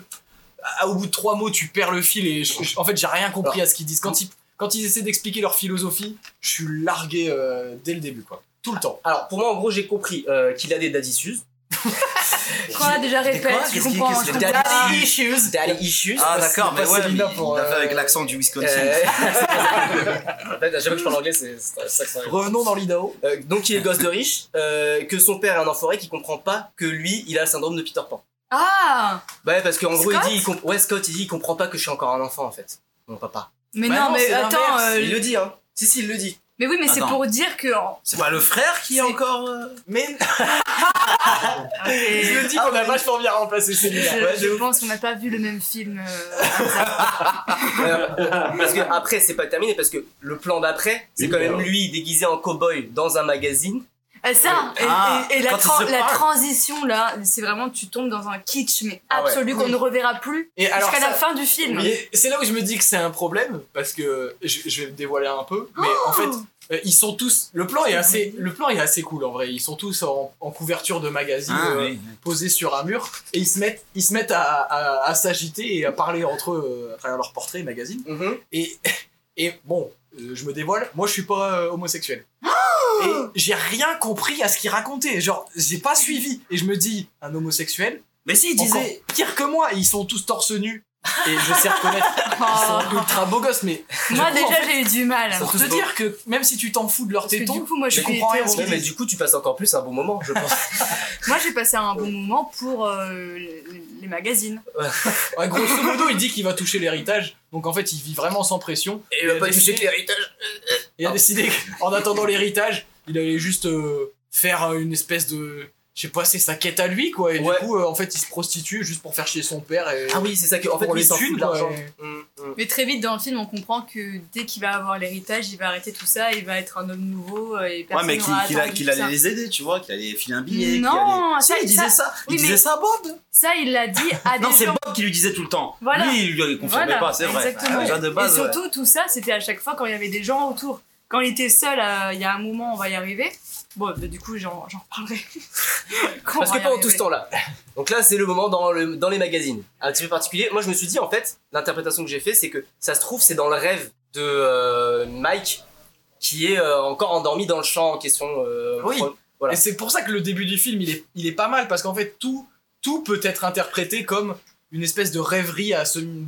A: à- au bout de trois mots, tu perds le fil et je- je- en fait, j'ai rien compris à ce qu'ils disent. Quand ils, quand ils essaient d'expliquer leur philosophie, je suis largué euh, dès le début, quoi. Tout le temps.
B: Alors, pour moi, en gros, j'ai compris euh, qu'il a des daddy issues.
C: Quoi, déjà répète, je
D: Qu'est-ce qui-
C: comprends.
D: qu'est-ce
C: je
D: qui-
C: comprends.
B: Daddy
C: Ah,
B: issues Daddy issues
D: Ah
A: pas-
D: d'accord,
A: c'est pas
D: mais ouais, mais il
A: Céline-là pour,
D: l'a fait
A: euh,
D: avec l'accent du Wisconsin.
B: Euh, *laughs* en fait, à chaque fois que je parle anglais, c'est c'est ça que ça arrive.
A: Revenons dans l'Idaho.
B: Euh, donc, il est gosse de riche, euh, que son père est un enfoiré qui comprend pas que lui, il a le syndrome de Peter Pan.
C: Ah
B: Bah ouais, parce qu'en gros, il
C: Scott
B: dit, il comp- ouais, Scott, il dit, il comprend pas que je suis encore un enfant, en fait. Mon papa.
C: Mais
A: Bah
C: non,
A: non,
C: mais
A: c'est
C: attends.
A: l'inverse,
C: euh,
B: Il le dit, hein. Si, si, il le dit.
C: Mais oui, mais c'est
D: Attends.
C: pour dire que. oh, en-
D: C'est pas le frère qui est
C: C'est-
D: encore. euh,
A: Mais je
C: Je,
A: me dis qu'on a vachement bien remplacé celui-là.
C: je pense qu'on n'a pas vu le même film. euh,
B: *laughs* Parce que après, c'est pas terminé parce que le plan d'après, c'est quand même lui déguisé en cowboy dans un magazine.
C: Ah, ça, et,
D: Ah,
C: et- et la,
D: quand
C: tran-
D: il se
C: la
D: parle.
C: transition là, c'est vraiment tu tombes dans un kitsch mais
B: Ah ouais.
C: absolu qu'on ne reverra plus
A: Et alors,
C: jusqu'à
A: ça-
C: la fin du film.
A: Mais c'est là où je me dis que c'est un problème, parce que je, je vais me dévoiler un peu, mais en fait, Euh, ils sont tous. Le plan est assez. Le plan est assez cool en vrai. Ils sont tous en, en couverture de magazine
D: Ah,
A: euh,
D: oui, oui.
A: posés sur un mur et ils se mettent. Ils se mettent à, à- à s'agiter et à parler entre eux euh, à travers leurs portraits et magazines.
B: Mhm.
A: Et *laughs* et bon, euh, je me dévoile. Moi, je suis pas euh, homosexuel. Et j'ai rien compris à ce qu'ils racontaient. Genre, j'ai pas suivi. Et je me dis, un homosexuel,
D: Mais si, il
A: encore
D: disait.
A: pire que moi. Et ils sont tous torse nus. Et je sais
C: *laughs*
A: reconnaître, ils sont
C: Oh.
A: ultra beaux gosses, mais
C: Moi
A: Du coup, en
C: déjà j'ai eu du mal.
A: pour
C: Parce
A: te dire que même si tu t'en fous de leurs
C: que du
A: tétons,
C: coup moi je
A: je
C: suis
A: comprends rien,
C: hétéro.
B: Ouais, mais du coup, tu passes encore plus un bon moment, je pense.
C: Moi j'ai passé un bon moment pour euh, les- les magazines.
A: Ouais,
C: *laughs*
A: grosso modo, il dit qu'il va toucher l'héritage. Donc en fait, il vit vraiment sans pression.
B: Et euh, bah,
A: il va pas toucher que
B: l'héritage.
A: Il a décidé *laughs* qu'en attendant l'héritage, il allait juste euh, faire euh, une espèce de. Je sais pas, c'est sa quête à lui, quoi. Et
B: Ouais.
A: du coup, euh, en fait, il se prostitue juste pour faire chier son père. Et...
B: Ah oui, c'est ça que. En fait,
A: Pour
B: lui,
A: les
B: il s'en fout
A: thunes,
B: de l'argent.
A: quoi,
B: Mm, mm.
C: Mais très vite dans le film on comprend que dès qu'il va avoir l'héritage il va arrêter tout ça, il va être un homme nouveau euh, et
D: Ouais,
C: personne
D: mais qu'il
C: n'aura
D: qu'il a-
C: attendu
D: qu'il
C: tout
D: allait
C: ça.
D: les aider, tu vois, qu'il allait filer un billet. qu'il
C: Non,
D: allait-
C: ça-
D: Si, il disait
C: ça-
D: ça.
C: oui,
D: Il disait
C: mais-
D: ça à Bob.
C: Ça il l'a
D: *laughs*
C: dit à des
D: Non, c'est
C: gens.
D: Bob qui lui disait tout le temps.
C: Voilà.
D: Lui, il lui confirmait
C: Voilà,
D: pas, c'est vrai.
C: exactement.
D: Déjà de
C: et
D: base. ouais.
C: surtout, tout ça, c'était à chaque fois quand il y avait des gens autour. Quand il était seul, euh, il y a un moment, on va y arriver. Bon, bah, du coup, j'en j'en reparlerai. *laughs* Quand
B: Parce
C: on va
B: que
C: y
B: pendant tout ce
C: arriver.
B: temps-là. Donc là, c'est le moment dans, le, dans les magazines. Un petit peu particulier. Moi, je me suis dit, en fait, l'interprétation que j'ai fait, c'est que ça se trouve, c'est dans le rêve de euh, Mike qui est euh, encore endormi dans le champ en question. euh,
A: Oui.
B: pro- voilà.
A: Et c'est pour ça que le début du film, il est, il est pas mal. Parce qu'en fait, tout, tout peut être interprété comme une espèce de rêverie à semi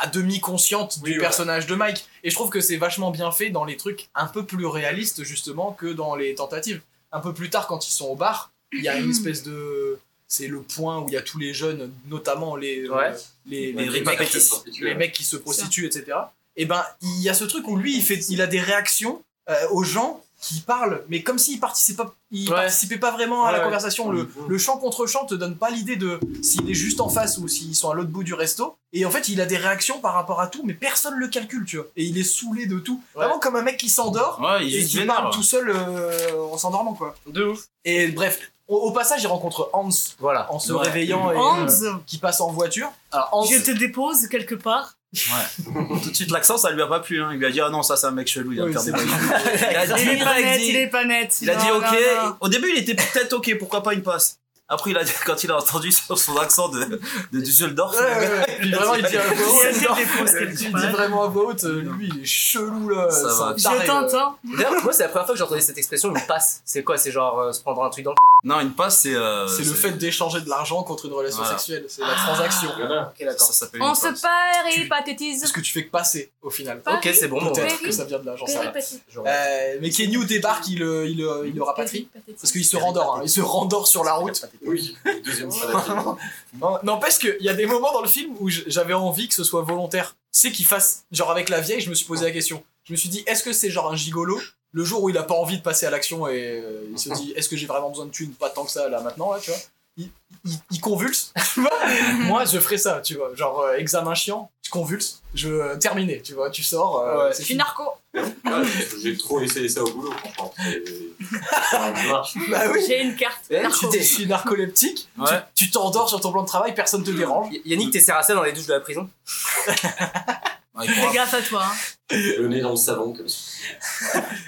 A: à demi consciente du
B: Oui, ouais.
A: personnage de Mike et je trouve que c'est vachement bien fait dans les trucs un peu plus réalistes justement que dans les tentatives un peu plus tard quand ils sont au bar il y a
B: *clears throat*
A: une espèce de c'est le point où il y a tous les jeunes notamment les euh,
B: Ouais.
A: les, les-
D: Ouais, les
A: les mecs,
D: répétitions.
A: les mecs qui se prostituent etc et ben il y a ce truc où lui il fait il a des réactions euh, aux gens qui parlent mais comme s'il participait pas il
B: Ouais.
A: participait pas vraiment à
B: Ouais,
A: la
B: ouais.
A: conversation le, le chant contre chant te donne pas l'idée de s'il est juste en face ou s'ils sont à l'autre bout du resto et en fait il a des réactions par rapport à tout mais personne le calcule tu vois et il est saoulé de tout
B: Ouais.
A: vraiment comme un mec qui s'endort
D: Ouais, il
A: et
D: est
A: qui
D: vénère.
A: parle tout seul euh, en s'endormant quoi
B: De ouf.
A: et bref au, au passage il rencontre Hans *laughs*
B: Voilà.
A: en se
D: Ouais.
A: réveillant et
C: Hans,
A: euh, qui passe en voiture alors Hans
C: je te dépose quelque part.
D: Tout de suite, l'accent, ça lui a pas plu. hein. Il lui a dit Ah non, ça, c'est un mec chelou, il va
A: Oui,
D: me faire des
A: c'est-
D: bails. Il a dit
C: Il est pas net,
D: dit-
C: il est pas net.
D: Il a
C: Non,
D: dit
C: non,
D: ok.
C: non.
D: Au début, il était peut-être ok, pourquoi pas une passe. Après, il a *laughs* dit, quand il a entendu son, son accent de, de Düsseldorf,
A: Ouais, ouais, ouais. Puis vraiment *laughs* il dit à voix haute, *laughs*
C: Il a dit dépose
A: Il dit
C: quelque part.
A: vraiment à voix haute, euh, lui il est chelou là.
D: Ça
A: c'est
D: va.
A: un taré, euh.
C: Je t'entends.
B: D'ailleurs, moi, c'est la première fois que j'entendais cette expression, une passe. C'est quoi C'est genre euh, se prendre un truc dans le.
D: Non, une passe, c'est. euh,
A: euh, C'est le fait d'échanger de l'argent contre une relation
D: Voilà. Ah.
A: sexuelle, c'est la transaction.
F: Voilà.
B: Ok,
D: Ça s'appelle une
C: On se
D: passe.
A: Tu-
C: parie,
A: C'est
C: pathétise.
A: ce que tu fais que passer au final.
D: Ah.
C: Pas-
B: Ok, c'est bon. bon,
A: Peut-être
B: ouais.
A: que ça vient de là, j'en sais rien.
G: Péripathétique.
B: Je-
A: Euh, mais Kenyu débarque, il, le- il, le- il le rapatrie. Parce qu'il se rendort, hein, il se rendort sur la route.
F: Oui, deuxième fois.
A: Hein, N'empêche qu'il y a des moments dans le film où j- j'avais envie que ce soit volontaire. C'est qu'il fasse, genre avec la vieille, je me suis posé la question. Je me suis dit, est-ce que c'est genre un gigolo le jour où il a pas envie de passer à l'action et euh, il se dit, est-ce que j'ai vraiment besoin de thunes Pas tant que ça là maintenant, là, tu vois. Il, il- il convulse, *laughs* tu vois. Moi, je ferais ça, tu vois. Genre, euh, examen chiant, je convulse, je euh, terminé, tu vois. Tu sors, euh,
B: Ouais.
A: c'est
C: Je suis
A: fini.
C: narco.
F: Ah, J'ai trop essayé ça au boulot, franchement. C'est- c'est un démarche.
A: Bah oui.
C: J'ai une carte.
B: Eh,
C: narco.
A: Tu t'es- je suis narcoleptique, tu-
D: Ouais.
A: tu t'endors sur ton plan de travail, personne te dérange.
B: Y- Yannick, t'essaieras ça dans les douches de la prison
D: Ah, il
C: Fais
D: pourra-
C: gaffe à toi. hein.
F: Le nez dans le savon, comme ça.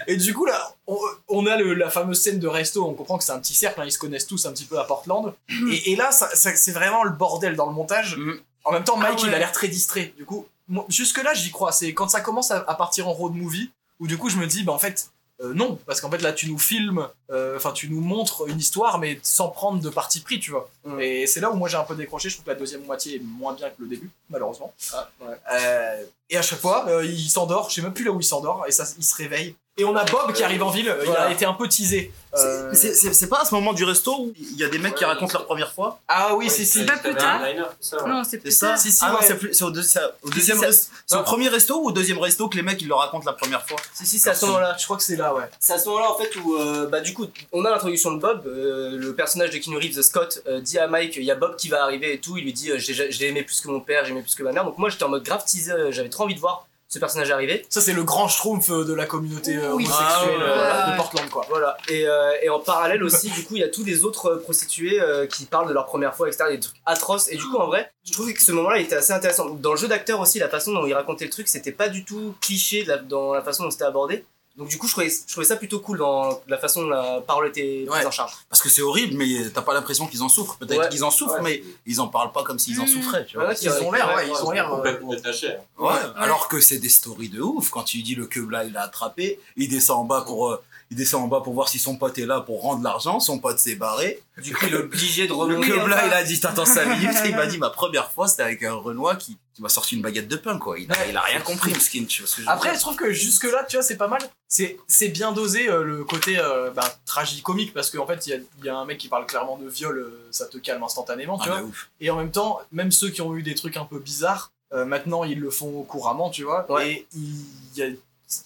A: Et du coup, là, on, on a le- la fameuse scène de resto, on comprend que c'est un petit cercle, hein, ils se connaissent tous un petit peu à Portland.
C: Mhm.
A: Et, et là, ça- ça- c'est vraiment le bordel dans le montage.
D: Mhm.
A: En même temps, Mike,
C: Ah ouais.
A: il a l'air très distrait. Du coup, moi, jusque-là, j'y crois. C'est quand ça commence à, à partir en road movie, où du coup, je me dis, bah en fait, euh, non, parce qu'en fait, là, tu nous filmes, euh, enfin, tu nous montres une histoire, mais sans prendre de parti pris, tu vois.
B: Mhm.
A: Et c'est là où moi, j'ai un peu décroché. Je trouve que la deuxième moitié est moins bien que le début, malheureusement.
B: ouais.
A: Euh, et à chaque fois, euh, il s'endort, je sais même plus là où il s'endort, et ça, il se réveille. Et on a Bob qui arrive en ville, il a
B: Voilà.
A: été un peu teasé. Euh,
D: C'est- c'est- C'est c'est pas à ce moment du resto où il y a des mecs qui
F: Ouais.
D: racontent leur première fois
A: Ah oui,
F: Ouais,
A: si, si.
C: Pas plus
F: un
C: tard.
F: liner, c'est ça, ouais.
C: Non, c'est
D: C'est
C: plus ça.
D: ça
A: Si, si,
D: Ah non,
A: ouais.
D: c'est plus- c'est au, deux- c'est au deuxième
B: c'est-
D: resto. C'est au premier resto ou au deuxième resto que les mecs ils le racontent la première fois
B: Si, si, c'est à ce moment-là.
A: Je crois que c'est là, ouais.
B: C'est à ce moment-là en fait où euh, bah du coup on a l'introduction de Bob, euh, le personnage de Keanu Reeves, Scott, euh, dit à Mike il y a Bob qui va arriver et tout, il lui dit euh, j'ai j'ai aimé plus que mon père, j'ai aimé plus que ma mère, donc moi j'étais en mode grave teaser, euh, j'avais trop envie de voir ce personnage arriver,
A: Ça, c'est le grand schtroumpf euh, de la communauté euh,
C: Oui.
A: homosexuelle
D: Ah ouais.
A: euh,
C: Ouais.
A: de Portland, quoi.
B: voilà. Et, euh, et en parallèle aussi du coup il y a tous les autres euh, prostituées euh, qui parlent de leur première fois, etc. Des trucs atroces et du coup en vrai je trouvais que ce moment-là il était assez intéressant. Dans le jeu d'acteur aussi la façon dont il racontait le truc c'était pas du tout cliché de la- dans la façon dont c'était abordé. Donc du coup, je trouvais, je trouvais ça plutôt cool dans la façon dont la parole était prise
D: Ouais.
B: en charge.
D: Parce que c'est horrible, mais t'as pas l'impression qu'ils en souffrent. Peut-être
B: Ouais.
D: qu'ils en souffrent,
F: Ouais.
D: mais ils en parlent pas comme s'ils en
G: Mm.
D: souffraient, tu vois.
B: Voilà,
A: Ils
B: qui-
A: ont l'air, ouais, ils ont l'air. euh,
F: complètement détaché. hein.
D: Ouais, alors que c'est des stories de ouf. Quand tu dis le que là il a attrapé, il descend en bas pour euh, il descend en bas pour voir si son pote est là pour rendre l'argent, son pote s'est barré.
B: Du coup, il est obligé de
D: Le
B: remonter.
D: que là il a dit t'attends 5 minutes, il m'a dit ma première fois c'était avec un Renoir qui, qui m'a sorti une baguette de pain quoi. Il a, il a rien compris Mskin, tu vois ce que je veux
A: Après,
D: dire.
A: je trouve que jusque-là, tu vois, c'est pas mal. C'est c'est bien dosé euh, le côté euh, bah, tragicomique parce qu'en fait, il y a- il y, a un mec qui parle clairement de viol, euh, ça te calme instantanément,
D: Ah,
A: tu vois.
D: mais ouf.
A: Et en même temps, même ceux qui ont eu des trucs un peu bizarres, euh, maintenant ils le font couramment, tu vois.
B: Ouais.
A: Et il y a, il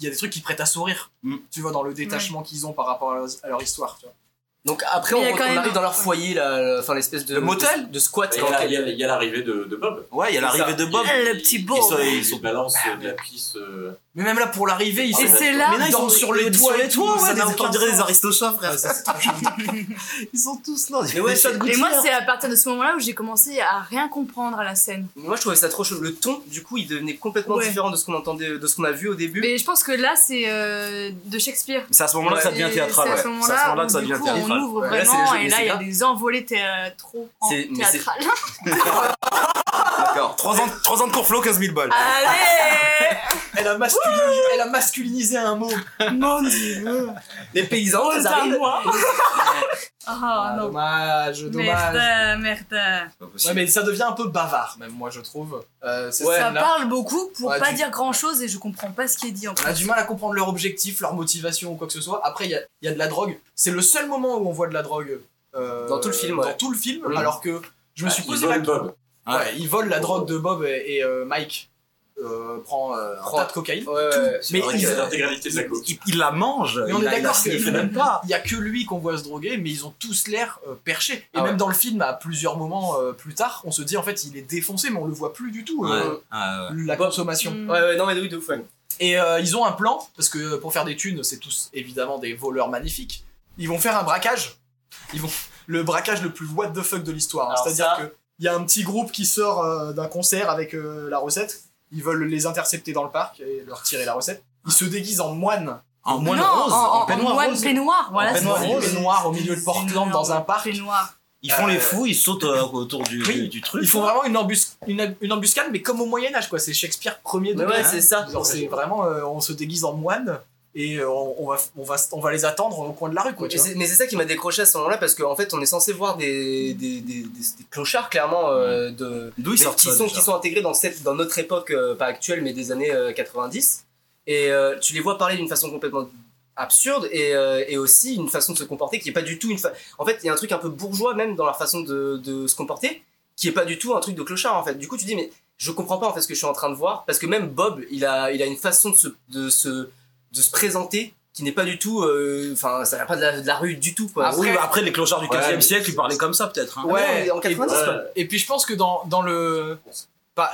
A: y a des trucs qui prêtent à sourire,
D: Mm.
A: tu vois, dans le détachement qu'ils ont par rapport à leur, à leur histoire, tu vois.
B: Donc après,
C: Mais
B: on,
C: il y a
B: on
C: quand même-
B: arrive dans leur foyer, là, le- enfin l'espèce de
D: Le motel
B: de, de squat.
F: Et
B: dans
F: Il y a-
B: lequel-
F: il y a- il y a l'arrivée de, de Bob.
D: Ouais, il y a l'arrivée de Ah, Bob.
C: Le petit Bob.
F: Ils sont, Ah,
D: Ils
F: ils
D: sont-
F: balancent de la pisse. euh,
A: Mais même là, pour l'arrivée, ils
F: Ah,
C: Et
A: sont.
F: ouais.
C: Oh, c'est là.
D: mais non, ils
A: Dans-
D: sont sur les
A: sur
D: toits
A: les
D: et tout,
A: toits, ouais,
D: ça
A: des
D: n'a aucun
A: aucun
D: dirait
A: sens.
D: des aristochats, frère.
A: Ah, ça, c'est trop chou-
D: Ils sont tous là.
B: Mais ouais, c'est-
C: Et moi,
D: hein.
C: c'est à partir de ce moment-là où j'ai commencé à rien comprendre à la scène.
B: Moi, je trouvais ça trop chaud. Le ton, du coup, il devenait complètement
C: Ouais.
B: différent de ce qu'on entendait, de ce qu'on a vu au début.
C: Mais je pense que là, c'est euh, de Shakespeare.
D: C'est à ce moment-là que ça devient
C: Et
D: théâtral.
C: C'est à
D: ouais.
C: ce moment-là
D: que ça
C: où, du
D: devient
C: coup, on
D: théâtral.
C: ouvre
B: Ouais, là, c'est
C: vraiment
B: le jeu,
C: et
B: mais
C: là,
B: c'est
C: il y a
B: grave.
C: des envolées théâtraux en
B: C'est- mais c'est-
C: théâtrales.
D: D'accord. 3 ans, trois ans de cours 15 000 balles.
C: Allez
A: elle, a masculinisé, elle a masculinisé un mot.
C: Mon dieu
B: Les paysans, ils
C: à
B: arrivent.
C: moi Oh
A: Ah,
C: non
A: dommage, dommage.
C: Merde, merde
D: C'est pas
A: Ouais,
D: possible.
A: mais ça devient un peu bavard, même moi, je trouve. Euh, ces
B: Ouais.
C: Ça
A: scènes-là.
C: parle beaucoup pour
A: Ouais,
C: pas
A: du-
C: dire grand-chose et je comprends pas ce qui est dit en
A: On
C: plus.
A: a du mal à comprendre leur objectif, leur motivation ou quoi que ce soit. Après, il y a, il y a de la drogue. C'est le seul moment où on voit de la drogue. euh,
B: Dans tout le film,
A: Dans
B: ouais.
A: tout le film,
B: Mm.
A: alors que je me suis
F: ils
A: posé la
F: volent Bob.
A: Ouais,
D: Ouais.
A: ils
B: Oh.
A: volent la drogue de Bob et, et, euh, Mike euh, prend euh, un
B: Prend- Oh,
A: tas de cocaïne.
B: Ouais, ouais.
D: C'est
A: Mais
D: vrai
A: ils-
D: que-
F: C'est l'intégralité de la coke.
D: il, il la mange.
A: Mais on
D: il
A: est
D: la- il la
A: d'accord que-
D: sniffe même pas.
A: Il y a que lui qu'on voit se droguer, mais ils ont tous l'air euh, perchés. Et
B: Ah
A: même
B: ouais.
A: dans le film, à plusieurs moments euh, plus tard, on se dit en fait il est défoncé, mais on le voit plus du tout.
D: Ouais.
A: euh,
D: Ah, ouais.
A: La
B: Bob.
A: consommation.
C: Mm.
B: Ouais, ouais, non, mais de ouf, de ouf, ouais.
A: Et euh, ils ont un plan, parce que pour faire des thunes, c'est tous évidemment des voleurs magnifiques. Ils vont faire un braquage. Ils vont le braquage le plus what the fuck de l'histoire. hein.
E: Alors
A: C'est-à-dire
E: ça-
A: que qu'il y a un petit groupe qui sort euh, d'un concert avec euh, la recette. Ils veulent les intercepter dans le parc et leur tirer la recette. Ils se déguisent en moines.
D: En moine
C: non,
D: rose,
C: en,
D: en,
C: en
D: peignoir
C: moine
D: rose.
C: peignoir, voilà.
B: Ah,
D: En
C: c'est
D: peignoir
A: Noir
C: ça.
D: rose.
A: au milieu de Portland
C: C'est
A: dans un parc.
C: Peignoir.
D: Ils font
A: Euh,
D: les fous, ils sautent euh, autour du,
A: oui.
D: du- du truc. Ah,
A: Ils font vraiment une, embus- une, une embuscade, mais comme au Moyen-Âge, quoi. C'est Shakespeare premier
B: Mais
A: degré. hein.
B: ouais, c'est ça.
A: Genre, c'est vraiment, euh, on se déguise en moine et euh, on, on va, on, va, on va les attendre au coin de la rue, quoi. tu
B: Et
A: vois.
B: c'est- mais c'est ça qui m'a décroché à ce moment-là parce qu'en fait on est censé voir des, des, des, des- des clochards clairement euh, de,
D: D'où ils
B: mais
D: sortent
B: qui,
D: ça,
B: sont,
D: déjà
B: qui sont intégrés dans, cette, dans notre époque, euh, pas actuelle, mais des années euh, 90. Et euh, tu les vois parler d'une façon complètement absurde et, euh, et aussi une façon de se comporter qui est pas du tout une. fa- En fait, il y a un truc un peu bourgeois même dans leur façon de, de se comporter qui est pas du tout un truc de clochard en fait. Du coup, tu dis, mais je comprends pas en fait ce que je suis en train de voir parce que même Bob, il a, il a une façon de se, de se, de se présenter qui n'est pas du tout. euh, Enfin, ça vient pas de la, de la rue du tout quoi.
A: Après-
D: Oui, bah, après, les clochards du
F: Ouais.
D: 15e siècle, ils parlaient comme ça peut-être. hein.
B: Ah, mais non, mais en 90
F: ouais.
B: quoi.
A: Et puis je pense que dans, dans le. pas-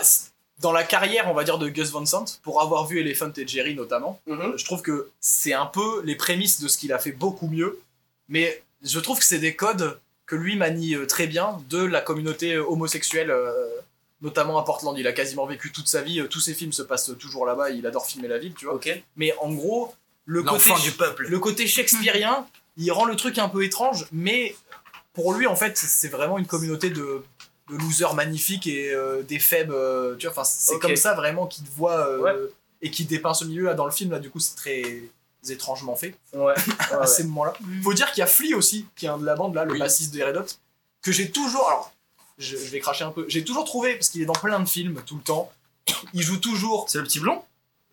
A: dans la carrière, on va dire, de Gus Van Sant, pour avoir vu Elephant et Jerry notamment,
B: Mhm.
A: je trouve que c'est un peu les prémices de ce qu'il a fait beaucoup mieux. Mais je trouve que c'est des codes que lui manie euh, très bien de la communauté euh, homosexuelle, euh, notamment à Portland. Il a quasiment vécu toute sa vie, euh, tous ses films se passent toujours là-bas, il adore filmer la ville, tu vois.
B: Ok.
A: Mais en gros, le côté
D: L'enfant du peuple.
A: le côté shakespearien, il rend le truc un peu étrange, mais pour lui, en fait, c'est vraiment une communauté de, de losers magnifiques et euh, des faibles. euh, tu vois, enfin, c'est
B: Ok.
A: comme ça vraiment qu'il te voit euh,
B: Ouais.
A: et qu'il dépeint ce milieu là dans le film. Là, du coup, c'est très étrangement fait
B: Ouais. Ouais,
A: à
D: Ah,
B: ouais.
A: ces moments-là.
C: Mm.
A: Faut dire qu'il y a Flea aussi, qui est un de la bande là, le
F: Oui.
A: bassiste des Red Hot, que j'ai toujours. Alors, je, je vais cracher un peu. J'ai toujours trouvé parce qu'il est dans plein de films tout le temps. Il joue toujours.
D: C'est le petit blond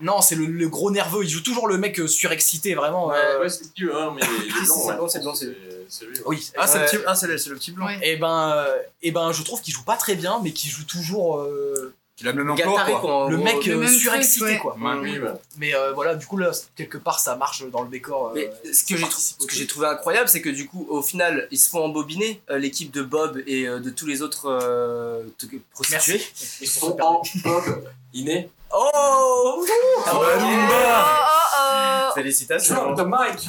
A: Non, c'est le, le gros nerveux. Il joue toujours le mec euh, surexcité, vraiment. euh,
F: Ouais, ouais, c'est lui, hein, mais il
B: Si,
F: est
B: si,
F: blanc,
B: c'est
F: ouais.
B: bon, c'est bon, c'est-
F: C'est lui. ouais.
D: Oui. Ah, c'est le
A: Ouais.
D: petit- ah, c'est le c'est le petit blond.
C: Ouais.
A: et ben euh, eh ben je trouve qu'il joue pas très bien mais qu'il joue toujours euh,
D: Il a le même emploi,
B: Gattari,
D: quoi.
B: quoi, en
A: le
B: gros.
A: mec
C: le
A: euh,
C: même
A: surexcité
C: truc, ouais.
A: quoi
D: Ouais.
F: Oui, ouais.
A: mais euh, voilà du coup là quelque part ça marche dans le décor euh,
B: Mais ce que j'ai trou-
A: participe
B: ce
A: au
B: que
A: truc.
B: j'ai trouvé incroyable, c'est que du coup, au final, ils se font embobiner euh, l'équipe de Bob et euh, de tous les autres euh, t- prostituées.
A: merci
F: Ils sont en Bob inné.
B: Oh, Oh
D: Ah
C: Oh,
E: Lumba
C: oh, oh.
B: Félicitations.
F: Drop the mic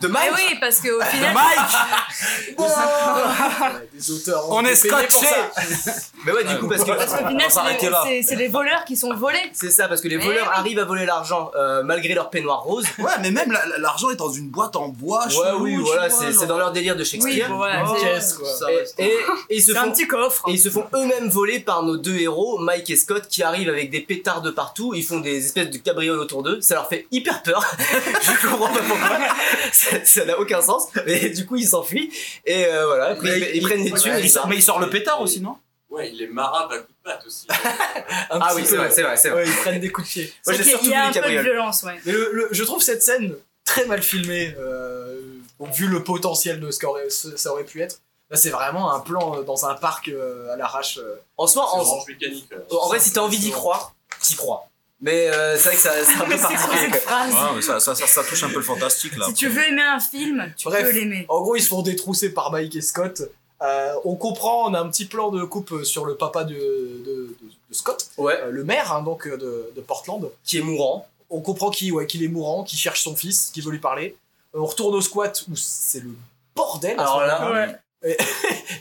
A: De
C: Mais
A: Mike
C: oui, parce qu'au final,
D: Mike
A: Ouais, Des auteurs.
D: On est
A: fait payer pour
D: scotché.
A: ça. Mais ouais, du coup, parce que.
C: parce qu'au final, c'est les- c'est- c'est les voleurs qui sont volés.
B: C'est ça, parce que les
C: Mais
B: voleurs
C: oui.
B: arrivent à voler l'argent euh, malgré leur peignoir rose.
D: Ouais, mais même la- la- l'argent est dans une boîte en bois.
B: Ouais,
D: chelou,
B: oui,
D: tu
B: voilà,
D: vois,
B: c'est
D: genre.
B: c'est dans leur délire de
C: Oui,
B: Shakespeare.
C: bon, voilà,
A: Une
C: c'est-
A: caisse, quoi.
D: Ça
B: Et,
D: reste-
B: et- et ils se
C: c'est un
B: font
C: petit coffre.
B: Et ils se font eux-mêmes voler par nos deux héros, Mike et Scott, qui arrivent avec des pétards de partout. Ils font des espèces de cabrioles autour d'eux. Ça leur fait hyper peur. *laughs* Je comprends pas pourquoi. Ça- Ça n'a aucun sens. Mais du coup, ils s'enfuient. Et euh, voilà, après,
D: Mais
B: ils,
D: ils-
B: ils prennent des
F: ouais,
B: thunes.
F: ils
B: et ils
F: sortent-
B: partent.
D: Mais il sort le pétard aussi, non
F: Ouais, il est marave à coup de patte aussi.
B: Ah oui, c'est vrai, c'est vrai. c'est vrai.
A: Ouais, ils prennent des coups de pied.
B: Moi, j'ai
C: Ok,
B: surtout
C: Il y a
B: vu
C: un
B: les
C: peu de
B: cabrioles.
C: violence, ouais.
A: Mais le- le- je trouve cette scène très mal filmée, euh, bon, vu le potentiel de ce qu'aurait ce- ça aurait pu être. Là, c'est vraiment un plan euh, dans un parc euh, à l'arrache. euh.
B: En soi,
F: C'est
B: en,
F: orange mécanique. euh.
B: en vrai, si t'as envie d'y croire, t'y crois. Mais euh, c'est vrai que ça- c'est un peu
C: *laughs* Mais c'est quoi cette
B: particulier. quoi.
D: *laughs*
C: phrase
D: mais ça, ça, ça, ça touche un peu le fantastique là.
C: Si tu veux aimer un film, tu
A: Bref.
C: peux l'aimer.
A: En gros, ils se font détrousser par Mike et Scott. Euh, on comprend, on a un petit plan de coupe sur le papa de, de- de- de Scott,
B: Ouais,
A: euh, le maire hein, donc euh, de, de Portland.
B: qui est mourant.
A: On comprend qu'il ouais, qu'il est mourant, qu'il cherche son fils, qu'il veut lui parler. Euh, on retourne au squat où c'est le bordel.
B: Alors là,
C: Ouais.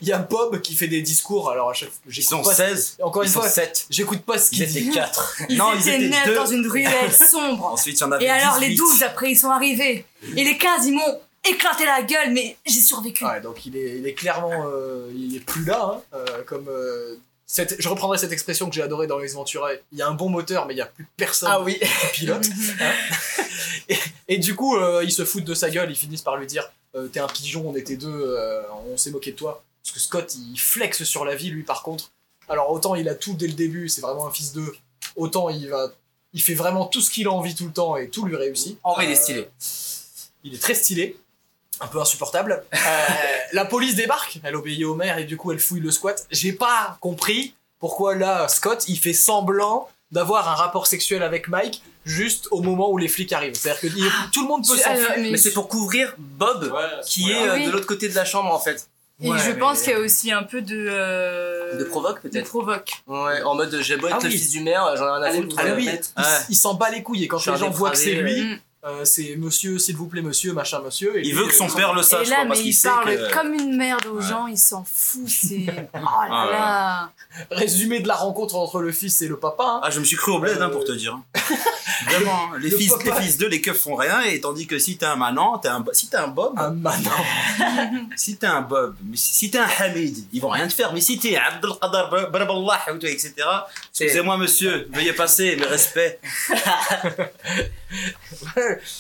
A: Il y a Bob qui fait des discours. Alors à chaque
D: Ils
A: j'écoute
D: sont
A: pas-
D: 16,
A: Encore
D: ils
A: une
D: sont
A: fois,
D: 7.
A: j'écoute pas ce qu'il dit.
D: 4.
C: Ils
D: Non, ils
C: étaient
D: étaient
C: neufs
D: deux.
C: dans une ruelle sombre.
D: Ensuite, il y en avait
C: Et alors les
D: 18.
C: 12 après ils sont arrivés. Et les 15 ils m'ont éclaté la gueule mais j'ai survécu.
A: Ouais, donc il est, il est clairement, euh, il est plus là, hein, euh, comme. euh, cette- je reprendrai cette expression que j'ai adorée dans Ace Ventura. Il y a un bon moteur, mais il y a plus personne
B: Ah oui.
A: qui
C: Mhm.
A: pilote. Et du coup, euh, ils se foutent de sa gueule. Ils finissent par lui dire euh, "T'es un pigeon. On était deux. euh, on s'est moqué de toi." Parce que Scott, il flexe sur la vie, lui, par contre. Alors autant il a tout dès le début. C'est vraiment un fils d'eux. Autant il va, il fait vraiment tout ce qu'il a envie tout le temps et tout lui réussit.
B: En vrai, il est
A: Euh,
B: stylé.
A: il est très stylé, un peu insupportable. Euh, la police débarque, elle obéit au maire et du coup elle fouille le squat. J'ai pas compris pourquoi là Scott il fait semblant d'avoir un rapport sexuel avec Mike juste au moment où les flics arrivent. C'est-à-dire que il- tout le monde peut
C: Je-
A: s'enfuir.
C: alors, mais-
B: Mais c'est pour couvrir Bob,
F: Ouais,
B: qui
F: voilà.
B: est euh,
C: Oui.
B: de l'autre côté de la chambre en fait.
C: Et je pense qu'il y a aussi un peu de... euh,
B: De provoque, peut-être.
C: de provoque.
B: Ouais, en mode j'ai beau être
A: Ah
B: le
A: oui.
B: fils du maire, euh, j'en ai rien à
F: Allez,
B: foutre.
A: Ah
F: allez,
A: oui,
F: Ouais.
A: il, s- il s'en bat les couilles et quand
B: Je suis
A: les gens
B: un
A: voient que c'est
B: dépravé,
A: lui,
C: ouais.
A: euh, c'est monsieur, s'il vous plaît monsieur, machin monsieur. et
D: Il
A: lui,
D: veut que son
A: euh,
D: père le
C: Et
D: sache,
C: là
D: quoi,
C: mais
D: parce qu'il
C: il
D: sait
C: parle
D: que.
C: comme une merde aux
D: ouais.
C: gens, il s'en fout, c'est... Oh
D: Ah,
C: là
D: ouais.
C: là
A: Résumé de la rencontre entre le fils et le papa. hein.
D: Ah, je me suis cru au bled, hein, pour te dire. Vraiment, hein. les
A: Le
D: fils,
A: papa.
D: les fils d'eux, les keufs font rien, et tandis que si t'es un manant, t'es un, si t'es un Bob,
A: Un manant.
D: si t'es un Bob, mais si, si t'es un Hamid, ils vont rien te faire, mais si t'es Abdel Qadar, Bar- Baraballah, ou tout, etc., excusez-moi monsieur, veuillez passer, mes respects.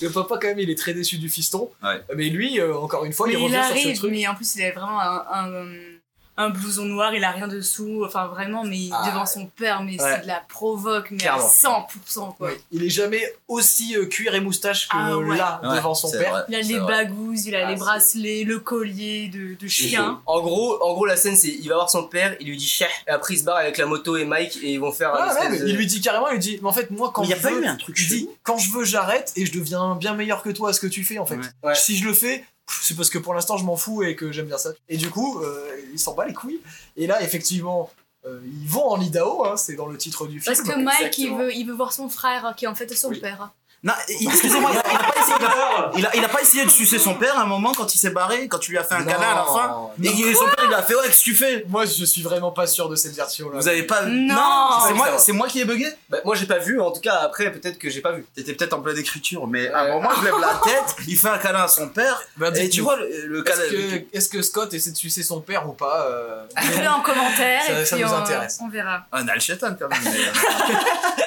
A: Le papa quand même il est très déçu du fiston.
D: Ouais.
A: Mais lui, euh, encore une fois, il
C: mais il
A: revient sur
C: arrive,
A: ce truc.
C: mais en plus il a vraiment un, un- un blouson noir, il a rien dessous, enfin vraiment, mais
A: Ah.
C: devant son père, mais
B: Ouais.
C: c'est de la provoque, mais à
B: Clairement.
C: 100% quoi.
A: Ouais. Il est jamais aussi euh, cuir et moustache que
C: Ah ouais.
A: là
D: Ouais,
A: devant son
D: c'est
A: père.
D: vrai,
C: Il a
D: c'est
C: les
D: vrai.
C: bagouses, il a
F: Ah,
C: les
F: c'est-
C: bracelets, le collier de, de chien.
B: En gros, en gros, la scène c'est il va voir son père, il lui dit chef, et après il se barre avec la moto et Mike et ils vont faire. un
A: Ah ouais,
B: espèce
A: mais
B: de-
A: Il lui dit carrément, il lui dit, mais en fait moi quand
D: Mais il y a
A: je
D: pas
A: veux,
D: eu un truc
A: il dit,
D: chelou
A: quand je veux j'arrête et je deviens bien meilleur que toi à ce que tu fais en fait.
D: Ouais.
B: Ouais.
A: Si je le fais, pff, c'est parce que pour l'instant je m'en fous et que j'aime bien ça. Et du coup, euh, il s'en bat les couilles. Et là effectivement, euh, ils vont en Idaho, hein, c'est dans le titre du film.
C: Parce que Mike, il
A: Exactement.
C: veut, il veut voir son frère, qui est en fait son père.
D: Non, il- excusez-moi, il a, il a pas essayé, il a- il a- il a pas essayé de sucer son père à un moment quand il s'est barré, quand tu lui as fait un
B: Non,
D: câlin à la fin.
B: non.
D: Et il- son père, il lui a fait, ouais, qu'est-ce que tu fais
A: Moi je suis vraiment pas sûr de cette version là.
D: Vous avez pas.
C: Non.
D: Euh, c'est
B: Ça
D: moi,
B: va.
D: c'est moi qui ai bugué
B: Bah, moi j'ai pas vu, en tout cas après peut-être que j'ai pas vu.
D: T'étais peut-être en pleine écriture, mais à un
B: Ouais.
D: moment, Ah, je lève la tête, il fait un câlin à son père, et tu
B: Euh,
D: vois le, le câlin.
A: Est-ce que, est-ce que Scott essaie de sucer son père ou pas
C: *laughs*
A: euh,
C: Fais en commentaire
A: Ça-
C: et
A: ça
C: puis
A: nous
C: on,
A: intéresse.
C: on verra.
D: Un Al-Shaitan, quand même. mais, euh,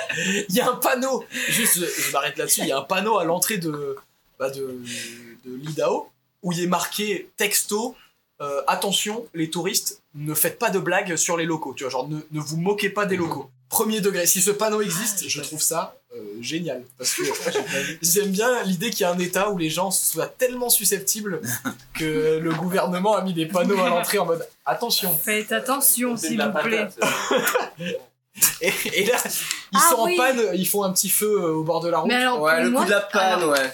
A: Il y a un panneau, juste, je, je m'arrête là-dessus, il y a un panneau à l'entrée de, bah, de, de l'Idaho où il est marqué texto euh, Attention, les touristes, ne faites pas de blagues sur les locaux. Tu vois, genre, ne, ne vous moquez pas des locaux. Premier degré, si ce panneau existe, je trouve ça euh, génial. Parce que j'aime bien l'idée qu'il y a un état où les gens soient tellement susceptibles que le gouvernement a mis des panneaux à l'entrée en mode Attention.
C: Faites attention,
F: C'est de
C: s'il
F: la
C: vous plaît.
F: patate. euh,
A: Et, et là, ils
C: Ah
A: sont
C: oui.
A: en panne, ils font un petit feu euh, au bord de la route.
C: Mais alors,
B: ouais,
C: pour
B: le
C: moi,
B: coup de la panne,
C: alors-
B: *laughs* ouais.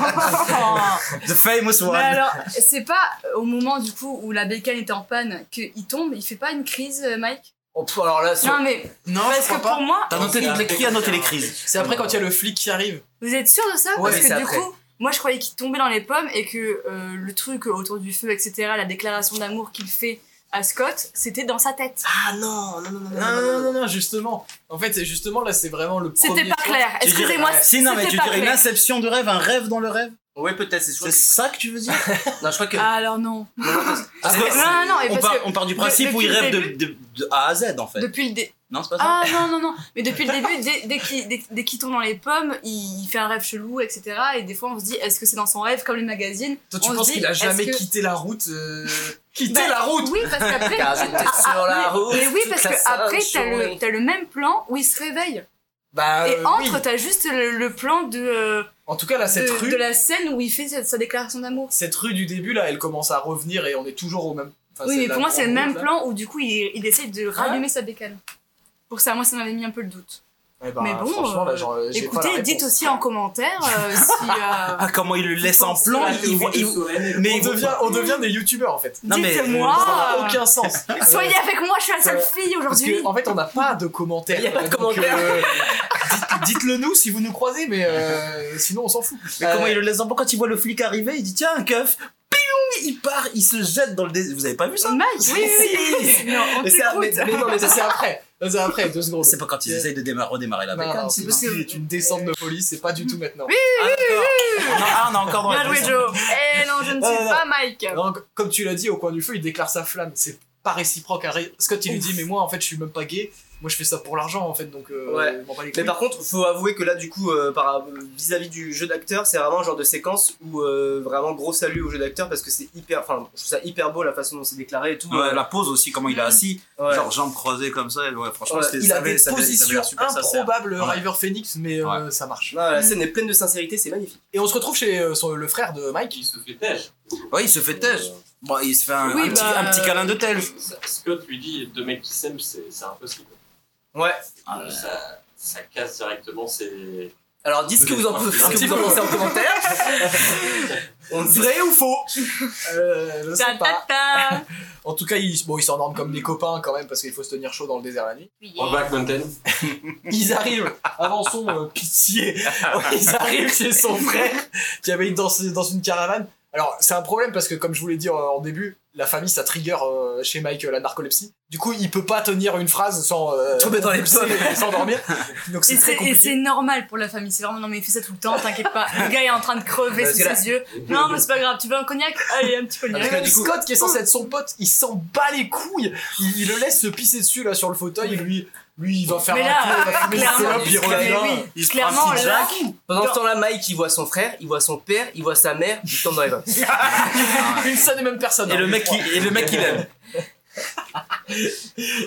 C: Non.
D: The famous one.
C: Mais alors, c'est pas au moment du coup où la bécane était en panne qu'il tombe, il fait pas une crise, euh, Mike
B: Oh, pff, alors là, sur-
C: Non, mais
A: Non,
C: parce
A: je
C: que
A: crois pas.
C: pour moi,
D: T'as noté toutes les crises, noté les crises.
A: C'est après quand il y a le flic qui arrive.
C: vous êtes sûr de ça
B: Ouais,
C: Parce
B: mais
C: que
B: c'est
C: du
B: après.
C: coup, moi je croyais qu'il tombait dans les pommes et que euh, le truc autour du feu, etc., la déclaration d'amour qu'il fait à Scott, c'était dans sa tête.
A: Ah non, non, non, non, non, non, non, justement. En fait, c'est justement là, c'est vraiment le premier.
C: C'était pas
A: truc.
C: clair.
D: Tu dirais- Ah,
C: Excusez-moi.
D: Si, non, mais
C: c'était
D: tu
C: pas
D: dirais une
C: clair.
D: inception de rêve, un rêve dans le rêve
B: Ouais, peut-être, c'est sûr.
D: C'est ça que tu veux dire
B: Non, je crois que.
C: Ah, alors non.
D: Parce
C: Non,
D: que
C: non, non, et
D: on,
C: parce
D: part,
C: que
D: on part du principe
C: de-
D: où il
C: depuis le
D: rêve de, de- de A à Z en fait.
C: depuis le dé-
D: Non, c'est pas ça.
C: Ah non, non, non. Mais depuis le début, dès, dès qu'il dès- dès qu'il tombe dans les pommes, il, il fait un rêve chelou, etc. Et des fois, on se dit, est-ce que c'est dans son rêve, comme les magazines
A: Toi, tu
C: On se
A: penses
C: dit,
A: qu'il a
C: est-ce
A: jamais
C: que-
A: quitté la route
C: *laughs*
A: euh, Quitté
C: Bah,
A: la route
C: Oui, parce qu'après.
B: Car j'étais sur la
C: mais-
B: route
C: Mais oui,
B: toute
C: parce
B: la
C: que après, t'as le,
B: journée.
C: t'as le même plan où il se réveille.
A: Bah,
C: et
A: euh, oui.
C: entre, t'as juste le, le plan de, euh,
A: En tout cas, là, cette
C: de,
A: rue,
C: de la scène où il fait sa, sa déclaration d'amour.
A: cette rue du début, là, elle commence à revenir et on est toujours au même. enfin,
C: oui, mais
A: la
C: pour moi, c'est le
A: grande
C: même
A: route, là. Hein
C: plan où du coup, il, il essaie de rallumer sa bécane. Pour ça, moi, ça m'avait mis un peu le doute.
A: Eh ben,
C: Mais bon,
A: franchement, là, genre, j'ai pas la
C: Écoutez,
A: réponse.
C: dites aussi en commentaire
A: *laughs*
C: euh, si. euh,
D: Ah, comment il le laisse en plan
F: La
D: il-
F: théorie
D: il voit-
F: du
D: il-
F: soleil.
D: Mais
A: on
D: il-
A: devient,
C: Mm.
A: on devient des youtubeurs en fait.
D: Non, mais-
A: Ça n'a
C: Dites-moi
A: euh, aucun sens.
C: Ah. euh, *laughs* Soyez avec moi, je suis la seule
A: Euh,
C: fille
A: Parce
C: aujourd'hui
A: que, en fait, on n'a pas de
C: *laughs*
A: commentaires.
B: Il y a pas de
A: Donc,
B: commentaires.
A: euh, dites- Dites-le nous si vous nous croisez, mais euh, sinon, on s'en fout. Euh,
D: Mais comment il le laisse en plan quand il voit le flic arriver Il dit tiens, un keuf Piou Il part, il se jette dans le désert. Vous avez pas vu ça
C: Mike, oui, oui, oui. Non, on
A: Mais c'est
C: t'écoute.
A: mais non, mais ça, c'est après. Ça, C'est après, deux secondes.
D: C'est pas quand ils essayent de démarrer- redémarrer la
A: Non, non,
D: bécane.
A: c'est
D: c'est-
A: parce que c'est une descente de police, c'est pas du tout maintenant.
D: Ah, d'accord. Non, ah, on est encore dans la
C: Bien joué,
D: descente.
C: Joe. Eh non, je ne
A: Ah,
C: suis
A: non.
C: pas Mike.
A: Non, c- comme tu l'as dit, au coin du feu, il déclare sa flamme. C'est pas réciproque. Harry- Scott, il lui dit, mais moi, en fait, je suis même pas gay. Moi, je fais ça pour l'argent, en fait, donc euh,
B: Ouais.
A: je m'en bats les couilles.
B: Mais par contre, faut avouer que là, du coup, euh, par- vis-à-vis du jeu d'acteur, c'est vraiment un genre de séquence où euh, vraiment gros salut au jeu d'acteur parce que c'est hyper. Enfin, je trouve ça hyper beau la façon dont c'est déclaré et tout.
D: Ouais, la pose aussi, comment il est assis,
B: Ouais.
D: genre jambes croisées comme ça, et ouais, franchement,
B: Ouais,
D: c'était-
A: il
D: ça
A: a
D: avait-
A: des
D: ça avait- ça avait
A: positions
D: l'air super sincère.
A: improbables,
D: Ouais.
A: River Phoenix, mais euh, ça marche.
B: Non, la scène est pleine de sincérité, c'est magnifique.
A: Et on se retrouve chez euh, son- le frère de Mike.
F: Qui se fait têche.
D: Ouais, il se fait têche. Bon, il se fait un,
C: Oui,
D: un petit,
C: bah,
D: un petit câlin de tel.
F: Scott lui dit deux mecs qui s'aiment, c'est c'est impossible.
B: Ouais.
F: Euh, ça, ça casse directement ses.
B: Alors, dites ce que vous en, ce que vous en pensez en commentaire.
A: Vrai ou faux euh, Je sais
C: Ta
A: pas.
C: ta
A: *laughs*
C: ta.
A: En tout cas, ils bon, ils s'endorment comme des copains quand même parce qu'il faut se tenir chaud dans le désert la nuit.
G: Oui.
F: En Black Mountain.
A: Ils arrivent, avançons, euh,
D: *laughs*
A: pitié. Ils arrivent chez son frère qui habite dans, ce- dans une caravane. Alors, c'est un problème parce que, comme je vous l'ai dit en, en début, la famille, ça trigger euh, chez Mike euh, la narcolepsie. Du coup, il peut pas tenir une phrase sans euh, *laughs*
B: Tomber dans les pommes.
A: s'endormir. Donc, c'est
C: Et
A: très
C: c'est- Et c'est
A: compliqué.
C: normal pour la famille. C'est vraiment non, mais il fait ça tout le temps, t'inquiète pas. Le gars est en train de crever
B: Parce
C: sous
B: que là-
C: ses yeux. Non, mais c'est pas grave. Tu veux un cognac Allez, un petit
A: Parce
C: cognac.
A: que Scott, qui est censé être son pote, il s'en bat les couilles. Il, il le laisse se pisser dessus là sur le fauteuil. Lui, lui il va faire
C: Mais
A: un
C: là, euh,
A: tour, il va fumer une
C: clairement,
A: clope, il revient.
C: mais oui,
D: Il se prend
C: clairement
D: un petit
C: là.
B: Pendant ce temps-là, Mike, il voit son frère, il voit son père, il voit sa mère, il tombe dans les pommes.
D: Ah.
A: Une seule et même personne.
D: Et
A: hein,
D: le
A: les
D: mec,
A: trois.
D: il, et le mec, il aime.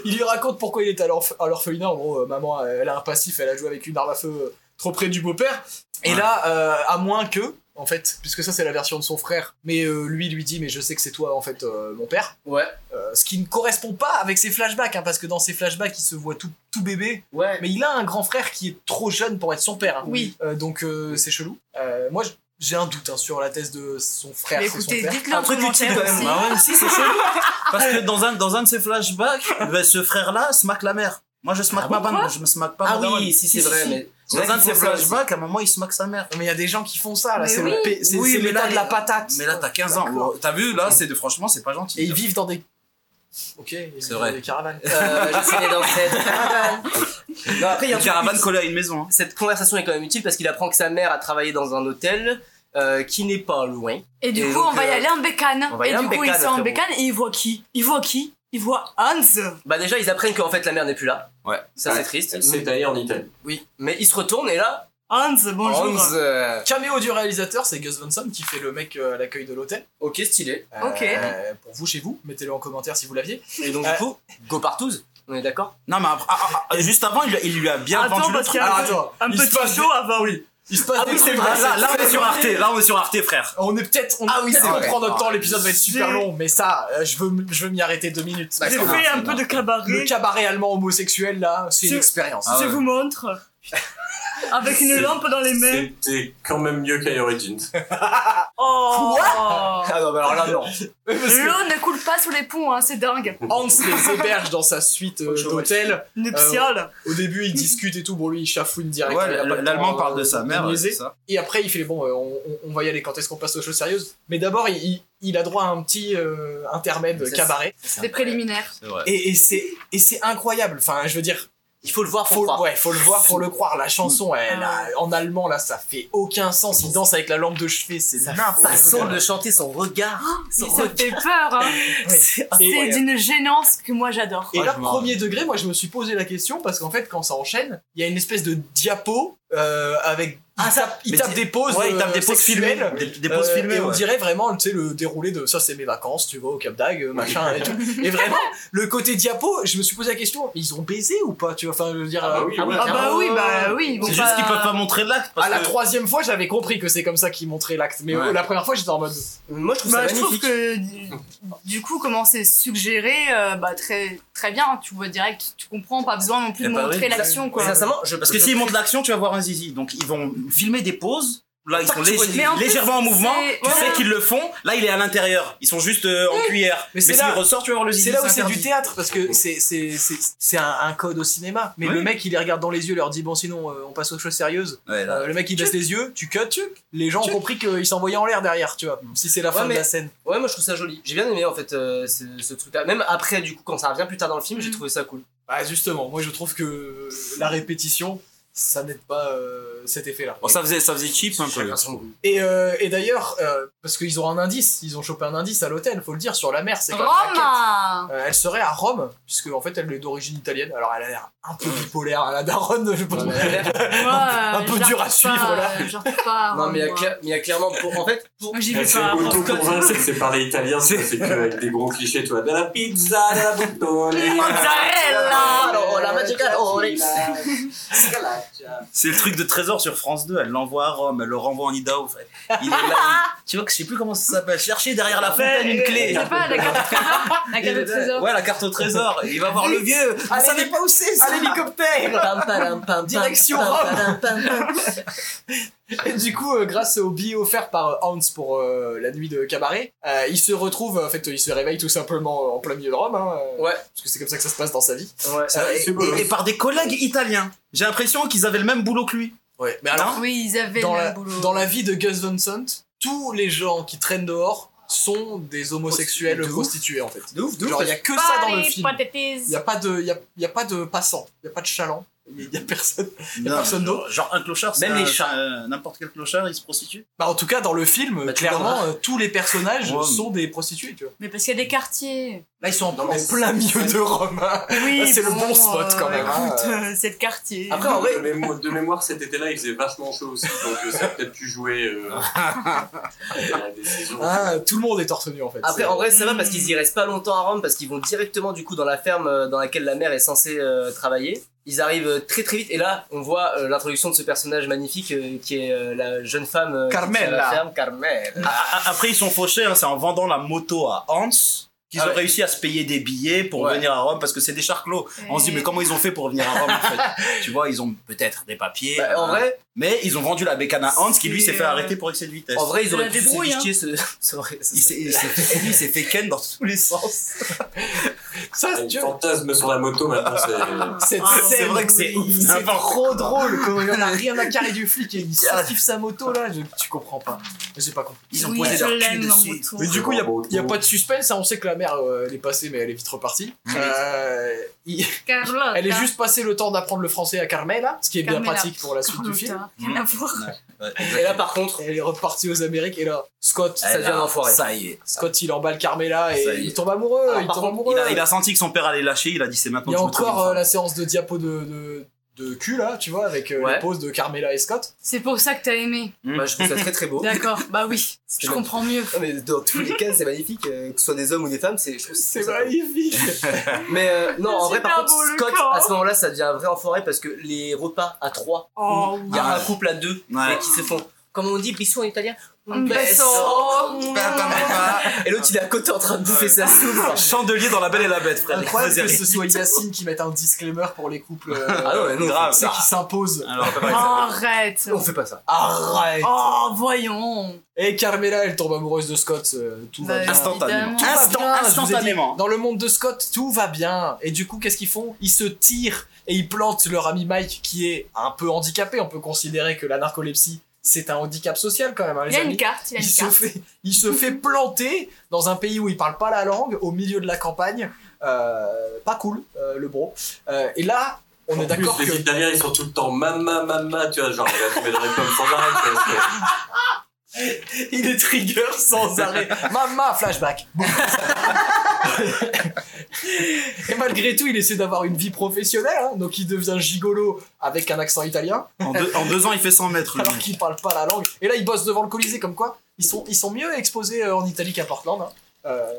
A: Il lui raconte pourquoi il est à l'orph- à l'orphelinat. En gros, euh, maman, euh, elle a un passif, elle a joué avec une arme à feu euh, trop près du beau-père. Et
D: Ouais.
A: là, euh, à moins que, en fait, puisque ça c'est la version de son frère, mais euh, lui lui dit, mais je sais que c'est toi en fait euh, mon père.
B: Ouais.
A: Euh, ce qui ne correspond pas avec ses flashbacks, hein, parce que dans ses flashbacks, il se voit tout, tout bébé.
B: Ouais.
A: Mais il a un grand frère qui est trop jeune pour être son père. hein.
C: Oui.
A: Euh, donc euh, c'est chelou. Euh, moi, j- j'ai un doute hein, sur la thèse de son frère.
C: Mais
A: c'est son
C: écoutez,
A: père.
C: dites-le en
D: Un truc utile
C: commentaire
D: quand même.
C: aussi.
B: Ah
D: Bah ouais, si, c'est chelou. Parce que dans un, dans un de ses flashbacks, *laughs* ben, ce frère-là smack la mère. Moi, je smack
A: Ah
D: ma
A: bon,
D: bande, je me smack pas
B: Ah
D: ma daronne.
B: oui, si, c'est vrai,
D: si.
B: mais.
D: Dans un de
B: C'est
D: ses
B: vrai qu'ils font ça
D: flashbacks, à un moment, il smack sa mère.
A: Mais il y a des gens qui font ça là.
C: Mais
A: C'est
C: oui.
A: le pé- c'est-
D: Oui,
A: c'est
D: mais
A: l'état
D: là,
A: de la
D: il-
A: patate.
D: Mais là, t'as 15 ans.
A: D'accord.
D: wow. T'as vu, là, c'est de, franchement, c'est pas gentil.
A: Et ils vivent dans des. Ok, ils vivent
D: vrai.
A: dans des caravanes.
B: aussi. Euh, j'essayais d'en *laughs* faire. Ah Non, après, il y a un
D: Une
B: truc
D: caravane collée à une maison. hein.
B: cette conversation est quand même utile parce qu'il apprend que sa mère a travaillé dans un hôtel euh, qui n'est pas loin.
C: Et du
B: Et
C: coup, on
B: donc,
C: va y
B: euh,
C: aller en bécane. hein.
B: on va y
C: Et
B: aller
C: du
B: en
C: coup, ils
B: bécane,
C: sont en
B: frérot.
C: bécane et ils voient qui Ils voient qui Ils voient Hans.
B: Bah déjà, ils apprennent qu'en fait la mère n'est plus là.
D: Ouais.
B: Ça c'est
F: Ouais.
B: triste.
F: Elle s'est allée en Italie.
B: Oui. Mais ils se retournent et là,
C: Hans, bonjour.
B: Hans, euh,
A: Caméo du réalisateur, c'est Gus Van Sant qui fait le mec euh, à l'accueil de l'hôtel.
B: ok stylé.
A: Euh,
C: Ok.
A: Pour vous, chez vous, mettez-le en commentaire si vous l'aviez.
B: Et donc
A: Euh,
B: du coup, go partout. On est d'accord.
D: Non, mais après- ah, ah, ah, juste avant, il, lui a- il lui a bien
C: Attends,
D: vendu le
C: parce
D: truc.
C: qu'il y a
A: Alors,
C: un-
A: attends,
C: un
A: il se
C: petit
A: passe
C: show avant.
A: Oui, il se passe des trucs.
D: Ah, là, là, on est sur Arte. Là, on est sur Arte, frère.
A: On est peut-être. On ah oui,
B: c'est
A: on
B: vrai.
A: prend notre temps,
D: Ah,
A: l'épisode va être super
C: c'est-
A: long, mais ça, euh, je veux, m- je veux m'y arrêter deux minutes.
B: Bah,
A: Parce
C: J'ai
A: que
B: D'accord.
C: fait
B: Ah,
C: un peu de cabaret.
A: Le cabaret allemand homosexuel, là, c'est une
C: Je-
A: expérience.
D: Ah
C: Je
B: *laughs*
D: ouais.
C: vous montre. Avec une
F: C'est-
C: lampe dans les mains.
F: C'était quand même mieux qu'I Origins.
C: Oh
B: Ah non, mais alors là, non.
C: L'eau ne coule pas sous les ponts, hein, c'est dingue.
A: Hans les héberge dans sa suite euh,
B: Autre chose,
A: d'hôtel. Euh,
C: Nuptiale.
A: Au début, ils discutent et tout. Bon, lui, il chafouine direct.
D: Ouais,
A: il a pas le temps,
D: l'allemand
A: euh,
D: parle de sa mère,
A: niaiser.
D: c'est ça.
A: Et après, il fait les bon, euh, on, on- on va y aller quand est-ce qu'on passe aux choses sérieuses. Mais d'abord, il, il- il a droit à un petit euh, intermède
B: Ça,
A: cabaret.
C: C'est préliminaire.
D: C'est vrai.
A: Et, et c'est et c'est incroyable. Enfin, je veux dire,
B: Il faut le voir pour
A: faut,
B: croire. Ah
A: ouais, faut le voir pour le croire. La chanson, elle, a- en allemand, là, ça fait aucun sens. Il danse avec la lampe de chevet, c'est
B: Sa
A: n'importe
B: façon
A: quoi.
B: de chanter, son regard.
C: Oh, Ça
B: Son regard.
C: fait peur, hein.
B: C'est-
C: C'est d'une gênance que moi j'adore.
A: Et là,
D: Franchement.
A: premier degré, moi je me suis posé la question parce qu'en fait, quand ça enchaîne, il y a une espèce de diapo euh, avec.
B: Ah,
A: il
B: ça-
A: tape, il
B: mais
A: tape
B: c'est-
A: des pauses,
B: ouais, il tape
A: euh,
B: des pauses
A: sexuelles,
B: filmées.
D: Des, des
A: euh,
D: poses filmées,
A: et on
D: ouais.
A: dirait vraiment tu sais, le déroulé de ça c'est mes vacances tu vois au Cap d'Agde euh, machin et tout et vraiment le côté diapo je me suis posé la question mais ils ont baisé ou pas tu vois enfin je veux dire
F: Ah bah
A: euh,
F: oui, ouais.
C: Ah bah oui, bah oui.
D: C'est juste qu'ils peuvent pas montrer l'acte parce
A: à la
D: que
A: troisième fois j'avais compris que c'est comme ça qu'ils montraient l'acte mais
D: Ouais.
A: euh, la première fois j'étais en mode
B: Moi, je trouve
C: Bah,
B: ça
C: je trouve
B: magnifique.
C: que du- du coup, comment c'est suggéré, euh, bah, très, très bien, tu vois direct, tu comprends, pas besoin non plus de
D: Eh bah oui,
C: montrer l'action. quoi.
B: Sincèrement, je,
D: parce que s'ils montrent l'action, tu vas voir un zizi. Donc ils vont filmer des poses. Là, ils sont lég-
C: Mais en plus,
D: légèrement en mouvement.
C: c'est-
D: Tu sais
C: voilà.
D: qu'ils le font. Là, il est à l'intérieur. Ils sont juste euh, en cuillère.
A: Mais
D: Mais
A: c'est
D: s'il
A: là-
D: ressort, tu vas voir le zizi.
A: C'est là où c'est
D: interdit.
A: du théâtre parce que c'est c'est c'est c'est un, un code au cinéma. Mais
D: Oui.
A: le mec il les regarde dans les yeux, il leur dit bon sinon euh, on passe aux choses sérieuses.
D: Ouais, là.
A: Euh, le mec il baisse les yeux, tu cut, les gens ont compris qu'ils s'envoyaient en l'air derrière, tu vois. Si c'est la fin
B: Ouais, mais-
A: de la scène.
B: Ouais, moi je trouve ça joli. J'ai bien aimé en fait euh, ce, ce truc-là. Même après, du coup, quand ça revient plus tard dans le film, j'ai
C: Mhm.
B: trouvé ça cool.
A: Bah justement, moi je trouve que la répétition ça n'aide pas euh, cet effet-là.
D: Bon, ça faisait, ça faisait cheap hein, un peu.
B: Chacun son goût.
A: Et, euh, et d'ailleurs, euh, parce qu'ils ont un indice, ils ont chopé un indice à l'hôtel, faut le dire, sur la mer, c'est quand même la quête.
C: Rome
A: Euh, elle serait à Rome, puisque en fait elle est d'origine italienne. Alors elle a l'air un peu bipolaire à la daronne, je pense.
C: Un
A: peu dur à suivre, là.
C: Je retrouve pas.
B: Non,
C: Rome,
B: mais il y a
C: moi.
B: cla- mais il y a clairement. Pour, en fait, pour.
C: Moi, j'y
F: Mais
C: vais
F: C'est
C: pas.
F: auto-convaincu que c'est parler italien, ça, c'est que avec des gros clichés, toi. De la pizza, de la boutone.
C: Mozzarella
B: Alors, Oh, la
D: C'est le truc de Trésor sur France 2. Elle l'envoie à Rome, elle le renvoie en Idaho. Fait. Il est là, il- Tu vois que je sais plus comment ça s'appelle. Chercher derrière la fontaine une
C: Je
D: clé.
C: sais pas, la carte au trésor. La carte au trésor.
D: Ouais, la carte au trésor. Et il va voir Oh, le vieux.
A: Ah,
B: Vous savez pas où c'est ça l'hélicoptère
A: Direction Rome. Et du coup, euh, grâce au billet offert par euh, Hans pour euh, la nuit de cabaret, euh, il se retrouve, en fait, il se réveille tout simplement en plein milieu de Rome, hein, euh,
B: Ouais.
A: parce que c'est comme ça que ça se passe dans sa vie.
B: Ouais.
A: Euh, et-
F: Ah, C'est beau.
D: Et, et par des collègues italiens. J'ai l'impression qu'ils avaient le même boulot que lui.
A: ouais, mais alors,
C: Oui, ils avaient
A: dans
C: le
A: la,
C: même boulot.
A: dans la vie de Gus Van Sant, tous les gens qui traînent dehors sont des homosexuels
D: De ouf.
A: prostitués, en fait.
D: De ouf, de ouf.
A: Genre, il y a que ça dans le film. Il n'y a pas de, il y a, il y a pas de passant, il n'y a pas de chaland, il n'y a personne.
D: Non,
A: personne
D: genre-
A: d'autre.
D: Genre un clochard,
B: Même
D: c'est
B: les
D: un-
B: chats.
D: euh, N'importe quel clochard, il se prostitue.
A: Bah, en tout cas, dans le film,
B: Bah, tu
A: clairement,
B: vois,
A: euh, tous les personnages
D: Ouais, mais-
A: sont des prostituées, tu vois.
C: Mais parce qu'il y a des quartiers.
A: Là, ils sont en, en plein milieu de Rome. hein.
C: Oui,
A: Là, c'est le bon spot, quand même, Ah, hein.
C: écoute, euh, c'est le quartier.
B: Après, en vrai,
F: de, mémo- de mémoire, cet été-là, il faisait vachement chaud aussi, donc euh, ça a peut-être pu jouer euh, à la décision.
A: Ah, tout le monde est torse nu en fait.
B: Après,
A: C'est-
B: en vrai, ça va
C: Mm.
B: parce qu'ils y restent pas longtemps à Rome parce qu'ils vont directement du coup dans la ferme euh, dans laquelle la mère est censée euh, travailler. Ils arrivent euh, très très vite et là, on voit euh, l'introduction de ce personnage magnifique euh, qui est euh, la jeune femme euh, qui
A: Carmela.
B: tient la ferme, Carmel.
D: A- a- Après, ils sont fauchés, hein, c'est en vendant la moto à Hans qu'ils
B: Ah
D: ont
B: ouais.
D: réussi à se payer des billets pour
B: Ouais.
D: venir à Rome parce que c'est des charclos. On se dit, mais comment ils ont fait pour venir à Rome en
B: *laughs*
D: fait Tu vois, ils ont peut-être des papiers.
B: Bah, en
D: hein,
B: vrai,
D: Mais ils ont vendu la bécane à Hans qui lui
C: C'est,
D: s'est fait
C: euh,
D: arrêter pour excès de vitesse.
B: en vrai,
C: C'est
B: ils
C: la
B: auraient pu se
C: débrouille, hein.
B: justifier ce. *laughs* ce-
D: Il s'est- il s'est fait- lui, il s'est fait ken dans tous les sens.
A: *laughs* ça,
F: Un
A: tu vois,
F: fantasme sur la moto, maintenant,
A: *laughs*
F: c'est...
A: cette
C: Ah,
A: scène,
D: c'est vrai que c'est ouf,
A: c'est
D: n'importe
A: trop drôle. Comment il en *laughs* a rien à carrer du flic et il surkiffe sa moto là. Je, tu comprends pas. J'ai pas compris.
D: Ils ont
C: Oui,
D: posé
C: je
D: leur cul
C: l'aime,
D: dessus.
C: mon
A: Mais
C: retour.
A: du coup, il
F: bon,
A: n'y a,
F: bon.
A: pas de suspense. hein, On sait que la mère euh, elle est passée, mais elle est vite repartie. Euh, il-
G: Carlotta.
A: elle est juste passée le temps d'apprendre le français à Carmela, ce qui est bien
C: Carmela.
A: pratique pour la suite
C: *laughs*
A: du film.
C: Carlotta, hein. rien à voir.
D: Ouais,
B: Et là,
D: exactement.
B: par contre,
A: Elle est repartie aux Amériques et là, Scott,
B: ça
D: Elle
B: devient un
D: a-
B: enfoiré.
D: Ça y est.
A: Scott il emballe Carmela
D: Eh. Ça
A: et
D: y est.
A: il tombe amoureux.
B: Alors,
A: il
B: par
A: tombe
B: contre,
A: amoureux.
D: Il a, il a senti que son père allait lâcher, il a dit c'est maintenant
A: Il y a
D: que je me trouve
A: encore
D: une
A: euh,
D: femme.
A: la séance de diapo de, de, de cul là, tu vois, avec euh,
B: Ouais.
A: la pose de Carmela et Scott.
C: C'est pour ça que t'as aimé.
B: Bah, je trouve ça très très
D: *laughs*
B: beau.
C: D'accord, bah oui, je comprends mieux.
B: Non, mais dans tous les cas, c'est magnifique, euh, que ce soit des hommes ou des femmes, c'est. je trouve ça-
A: C'est magnifique.
B: Mais euh, non, en vrai,
C: Super
B: par contre,
C: beau, le
B: Scott,
C: corps.
B: à ce moment-là, ça devient un vrai enfoiré parce que les repas à trois, euh,
C: Oh,
B: il y a
D: Ah
B: un
D: ouais.
B: couple à deux
D: Ouais.
B: et qui se font. Comme on dit, Brisson en italien,
C: Un
D: Besso.
C: besso.
D: Bah, bah, bah, bah.
B: Et l'autre, il est à côté en train de bouffer sa soupe.
D: *laughs*
E: Chandelier dans la belle et la bête, frère.
A: Incroyable que
E: Vas-y,
A: ce soit Yacine qui mette un disclaimer pour les couples. euh,
B: Ah non, mais
A: *laughs*
B: non,
E: grave.
A: C'est qui s'impose.
E: Alors,
C: Arrête.
B: on fait pas ça.
A: Arrête
C: Oh, voyons.
A: Et Carmela, elle tombe amoureuse de Scott. euh, Tout va
C: Bah,
A: bien.
E: Instantanément.
A: Tout va
D: Instant-
A: bien, je vous ai dit.
D: instantanément.
A: Dans le monde de Scott, tout va bien. Et du coup, qu'est-ce qu'ils font Ils se tirent et ils plantent leur ami Mike qui est un peu handicapé. On peut considérer que la narcolepsie, c'est un handicap social quand même, hein,
C: Il
A: les
C: y a une
A: amis.
C: carte, il y a
A: Il
C: une
A: se,
C: carte.
A: fait, il se
C: *laughs*
A: fait planter dans un pays où il parle pas la langue, au milieu de la campagne. Euh, pas cool, euh, le bro. Euh, et là, on est
F: En plus,
A: d'accord que.
F: Les Italiens, ils sont tout le temps mama, mama, tu vois, genre, il va tomber dans les pommes sans arrêt. tu vois, parce
A: Il est trigger *laughs* sans arrêt. Maman, flashback. Bon. Et malgré tout, il essaie d'avoir une vie professionnelle, hein, donc il devient gigolo avec un accent italien,
D: En deux, en deux ans, il fait 100 mètres. lui.
A: alors qu'il parle pas la langue. Et là, il bosse devant le Colisée, comme quoi ils sont, ils sont mieux exposés euh, en Italie qu'à Portland. hein. Euh,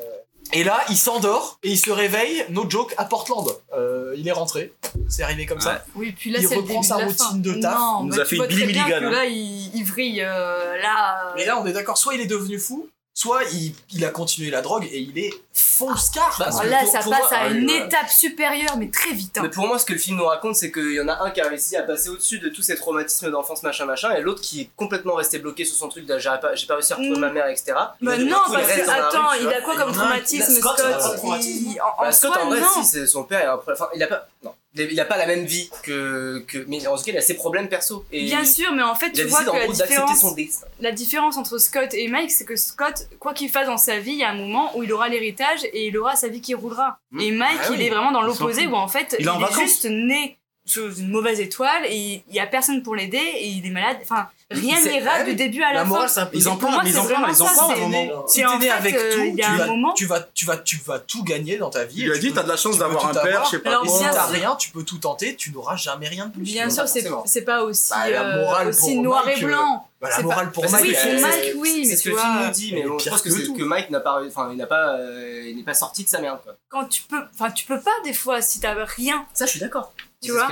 A: et là, il s'endort et il se réveille, no joke, à Portland. Euh, il est rentré, c'est arrivé comme ça.
C: Oui, puis là,
A: Il
C: c'est le
A: reprend
C: début
A: sa
C: de la
A: routine
C: fin.
A: de taf.
C: Non,
E: Il nous
C: bah,
E: a
C: tu
E: fait
C: vois
E: Billy
C: très bien
E: Milligan,
C: que
E: hein.
C: Là, il, il vrille. euh, là,
A: Mais là, on est d'accord, soit il est devenu fou, soit il, il a continué la drogue et il est fonce-car.
B: Bah,
C: Alors euh, là,
B: pour-
C: ça
B: pour
C: passe
B: moi-
C: à
B: Ah oui,
C: une
B: voilà.
C: étape supérieure, mais très vite. hein.
B: Mais pour moi, ce que le film nous raconte, c'est qu'il y en a un qui a réussi à passer au-dessus de tous ces traumatismes d'enfance, machin, machin, et l'autre qui est complètement resté bloqué sur son truc de j'arrive pas- j'ai pas réussi à retrouver
C: Mm.
B: ma mère, etc.
C: Bah
B: Et du
C: non,
B: coup, il
C: parce
B: reste
C: que
B: dans la
C: attends,
B: rue,
C: il
B: tu vois.
C: a quoi comme
E: il y en a un-
C: traumatisme
E: Scott,
C: Scott,
E: il a pas de
C: Il-
E: traumatisme.
C: en- en
B: Bah, Scott,
C: soi,
B: en vrai,
C: non.
B: si, c'est son père, il a, un problème- enfin, il a pas, non, il a pas la même vie que, que, mais en tout cas, il a ses problèmes perso. Et
C: Bien sûr, mais en fait,
B: il a
C: tu vois
B: décidé
C: que
B: en
C: la
B: gros d'accepter
C: différence,
B: son destin.
C: la différence entre Scott et Mike, c'est que Scott, quoi qu'il fasse dans sa vie, il y a un moment où il aura l'héritage et il aura sa vie qui roulera.
A: Hmm.
D: Mmh.
C: Et Mike,
D: Ah oui.
C: il est vraiment dans
D: Ils sont
C: l'opposé
D: cool.
C: où en fait,
D: Il
C: il,
D: est en
C: est
D: vacances.
C: juste né sous une mauvaise étoile et il y a personne pour l'aider et il est malade. Enfin, rien
A: C'est-
C: n'est
A: ah
C: rare
A: oui.
C: du début à la,
A: La
C: fin.
A: morale, c'est un peu.
D: Ils en
C: Pour
D: parlent,
C: moi,
D: mais ils
C: c'est
D: en parlent,
C: vraiment
D: ils en
C: ça,
D: parlent à un
C: c'est
D: moment.
C: né.
F: que-
A: Si
C: Et
A: t'es
C: en
A: né
C: fait,
A: avec
C: euh,
A: tout,
C: il y a
A: tu,
C: un
A: vas,
C: moment-
A: tu, vas, tu, vas, tu vas tout gagner dans ta vie.
D: Il lui a
A: tu
D: dit
A: peux-
D: T'as de la chance
A: tu peux
D: d'avoir
A: tout
D: un père,
A: avoir.
D: je sais pas
C: Alors,
A: Et
D: quoi.
A: si
C: bien
A: t'as
C: sûr.
A: rien, tu peux tout tenter, tu n'auras jamais rien de plus.
C: Bien
A: Non,
C: sûr,
A: pas
C: c'est
A: forcément.
C: c'est pas aussi,
A: Bah, la
C: euh,
A: morale
C: aussi
A: pour
C: noir
A: Mike,
C: et
A: euh,
C: blanc.
A: Bah, la
C: c'est
A: morale pour
B: Bah,
A: Mike,
C: oui,
A: elle-
C: pour
A: elle-
C: Mike, oui,
B: C'est
C: mais
B: ce
C: tu
B: que le
C: vois.
B: film nous dit, mais
A: elle est
B: bon, je
A: pire
B: pense que,
A: que
B: c'est-
A: tout.
B: que Mike n'a pas, enfin, il n'a pas, euh, il n'est pas sorti de sa merde, quoi.
C: quand tu peux enfin tu peux pas des fois si t'as rien
B: Ça, je suis d'accord.
C: Tu vois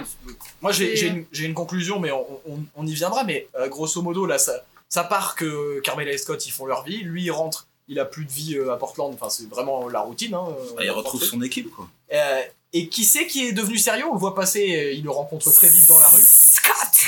A: Moi, j'ai
C: Et-
A: j'ai une, j'ai une conclusion, mais on, on- on y viendra. Mais euh, grosso modo, là, ça, ça part que Carmela et Scott, ils font leur vie. Lui, il rentre, il a plus de vie euh, à Portland. Enfin, c'est vraiment la routine. hein,
D: Bah, Il
A: on a
D: retrouve
A: pensé.
D: son équipe, quoi.
A: Euh, et qui c'est qui est devenu sérieux On le voit passer, euh, il le rencontre très vite dans la rue.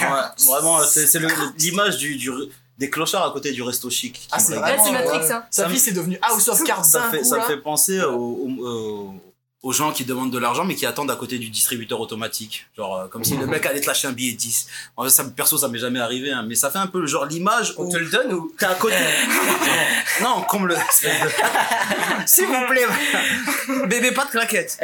D: Ouais,
E: Vraiment, c'est c'est le- l'image du, du, des clochards à côté du resto chic. qui
A: Ah,
E: me
A: c'est
E: rend-
A: vrai.
C: là
A: Vraiment,
C: c'est Matrix
A: ouais.
C: hein
A: Sa
E: Ça
A: vie,
E: me-
A: c'est devenu House of Cards.
E: ça
A: d'un
E: fait,
A: coup,
E: ça me
A: là.
E: fait penser aux, aux- aux-
D: aux gens qui demandent de l'argent mais qui attendent à côté du distributeur automatique. Genre, euh, comme si le mec allait te lâcher un billet de 10. En vrai, ça, perso, ça m'est jamais arrivé, hein, mais ça fait un peu le genre l'image
B: On
D: où
B: te le donne ou
D: t'es
A: *laughs*
D: à côté. non, qu'on *laughs* me le. S'il vous plaît, bébé, pas de claquettes.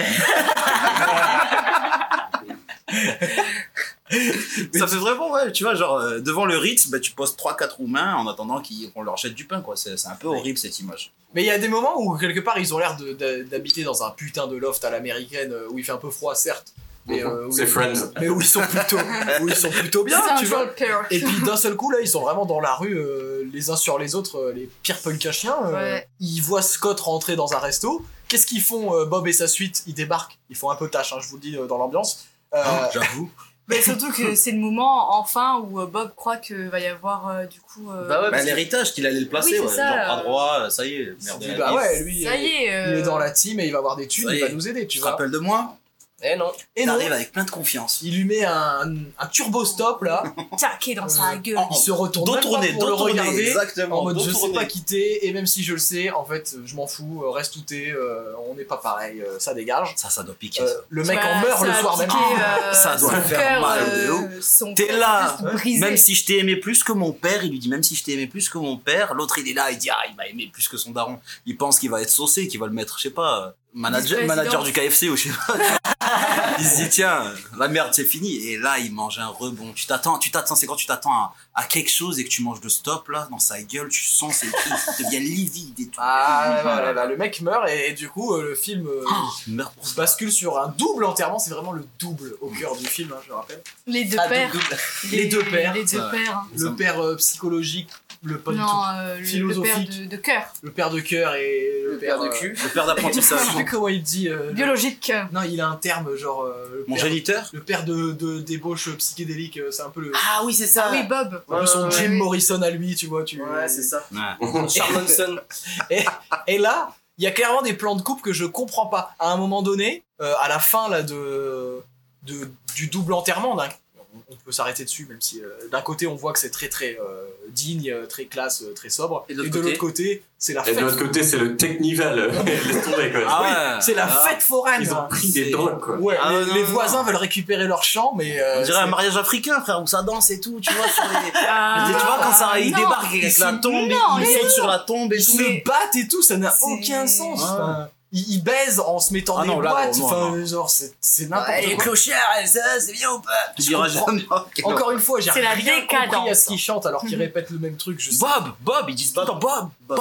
D: ça fait vraiment, ouais, tu vois, genre, euh, devant le Ritz, bah, tu poses 3-4 Roumains en attendant qu'ils- qu'on leur jette du pain, quoi. C'est c'est un peu horrible cette image.
A: Mais il y a des moments où, quelque part, ils ont l'air de- de- d'habiter dans un putain de loft à l'américaine euh, où il fait un peu froid, certes. Mais,
D: Mhm.
A: euh,
F: que-
A: où-
F: C'est Friends.
A: mais où ils sont plutôt, où ils sont plutôt bien,
C: C'est un
A: tu vois.
C: drôle pair.
A: Et puis d'un seul coup, là, ils sont vraiment dans la rue, euh, les uns sur les autres, euh, les pires punks à chiens. euh,
C: Ouais.
A: Ils voient Scott rentrer dans un resto. Qu'est-ce qu'ils font, euh, Bob et sa suite Ils débarquent. Ils font un peu tâche, hein, je vous le dis, euh, dans l'ambiance. Euh,
D: Ah, J'avoue.
C: mais surtout
A: *laughs*
C: que c'est le moment enfin où euh, Bob croit que va y avoir euh, du coup euh,
B: Bah ouais,
D: Bah,
B: parce que-
D: L'héritage qu'il allait le placer,
C: c'est
D: ouais,
C: ça,
D: genre,
C: euh.
D: pas droit, ça y est,
A: ils se
D: merde.
A: disent,
D: elle
A: bah
D: a-
A: ouais, lui,
C: ça y est
A: euh, il
C: euh,
A: est dans la team et il va avoir des thunes,
D: Ça y
A: il va
D: est.
A: nous aider, tu
D: Tu te
A: vois.
D: rappelles de moi
B: Eh non.
A: Et non,
D: T'arrives avec plein de confiance.
A: il lui met un, un turbo stop là.
C: taqué dans sa
A: Euh,
C: gueule
A: il se retourne même
D: D'autres on
A: pas
D: est,
A: pour le
D: d'autres on est,
A: regarder.
D: exactement.
A: En mode
D: d'autres
A: je sais
D: on
A: pas
D: est.
A: quitter et même si je le sais, en fait, je m'en fous. euh, Reste où t'es, euh, on n'est pas pareil, euh, ça dégage.
D: Ça, ça doit piquer.
A: Euh, le mec
C: Bah,
A: en meurt
C: ça
A: le
C: a
A: soir même.
C: piqué,
B: *laughs*
C: euh,
D: Ça doit
C: son
D: faire
C: cœur,
D: mal de
C: euh, son
D: T'es
C: cœur
D: là,
C: juste brisé.
D: Même si je t'ai aimé plus que mon père, il lui dit même si je t'ai aimé plus que mon père, l'autre il est là, il dit ah il m'a aimé plus que son daron. Il pense qu'il va être saucé, qu'il va le mettre, je sais pas, euh, manager,
C: Vice-président.
D: manager du KFC ou je sais pas. *laughs* il se dit tiens, la merde c'est fini. Et là il mange un rebond. Tu t'attends, tu t'attends, c'est quand tu t'attends à, à quelque chose et que tu manges de stop là, dans sa gueule, tu sens ses cris, il devient livide et tout.
A: Ah là, là, là, le mec meurt et, et du coup euh, le film euh,
C: Ah.
D: Il meurt pour ça.
A: bascule sur un double enterrement, c'est vraiment le double au cœur du film, hein, je le rappelle.
C: les deux
A: Ah,
C: pères
A: double, double. les deux pères.
C: les deux
D: Ouais.
C: pères
A: Le père euh, psychologique, le, pote-
C: non euh, le- le père
A: Philosophique.
C: de de cœur
A: le père de cœur et le,
B: Le père de
A: euh,
B: cul.
A: *laughs*
D: Le père d'apprentissage.
A: plus comment il dit. euh,
C: Biologique.
A: Non, il a un terme genre. euh, le
E: Mon
A: père-
E: géniteur
A: le père de, de débauche psychédélique, euh, c'est un peu le.
B: Ah oui, c'est ça.
C: Ah oui, Bob.
A: un peu son
B: ouais,
A: Jim
C: ouais.
A: Morrison à lui, tu vois. Tu...
B: Ouais, c'est ça.
A: *laughs* Charmonson. et, et là, il y a clairement des plans de coupe que je comprends pas. À un moment donné, euh, à la fin là, de, de- du double enterrement, d'un- on peut s'arrêter dessus, même si euh, d'un côté on voit que c'est très très euh, digne, euh, très classe, euh, très sobre,
D: Et
A: et
D: de l'autre
A: de l'autre côté, c'est la
F: Et de
A: fête.
F: l'autre côté, c'est le Technival. euh, *laughs* Laisse tomber, quoi.
D: Ah ouais
A: C'est la fête foraine.
F: Ils ont pris des
D: c'est-
F: drogues, quoi.
A: Ouais,
D: Ah,
A: les,
D: non,
A: les
D: non,
A: voisins veulent récupérer leur champ, mais euh,
E: On dirait un
A: c'est-
E: mariage africain, frère, où ça danse et tout, tu vois. sur les-
C: Ah,
E: tu vois, quand ça, il
C: non.
E: débarque avec
C: Ils
E: la
C: sont-
E: tombe,
C: non,
E: il
C: mais
E: saute sur la tombe et
A: ils
E: tout.
A: se battent et tout, ça n'a
C: C'est-
A: aucun sens.
E: Ouais.
A: Enfin, ils, ils baisent en se mettant
E: Ah
A: des
E: non, là,
A: boîtes.
E: non,
A: enfin,
E: non,
A: genre, c'est c'est n'importe quoi.
E: clochards, ça, c'est bien ou pas Tu diras
A: comprends.
E: jamais.
A: Encore une fois, j'ai
C: C'est la
A: rien compris à
C: décadence.
A: ce qu'ils chantent alors qu'ils répètent le même truc. Je sais.
D: Bob Bob Ils disent tout le temps Bob
C: Bob.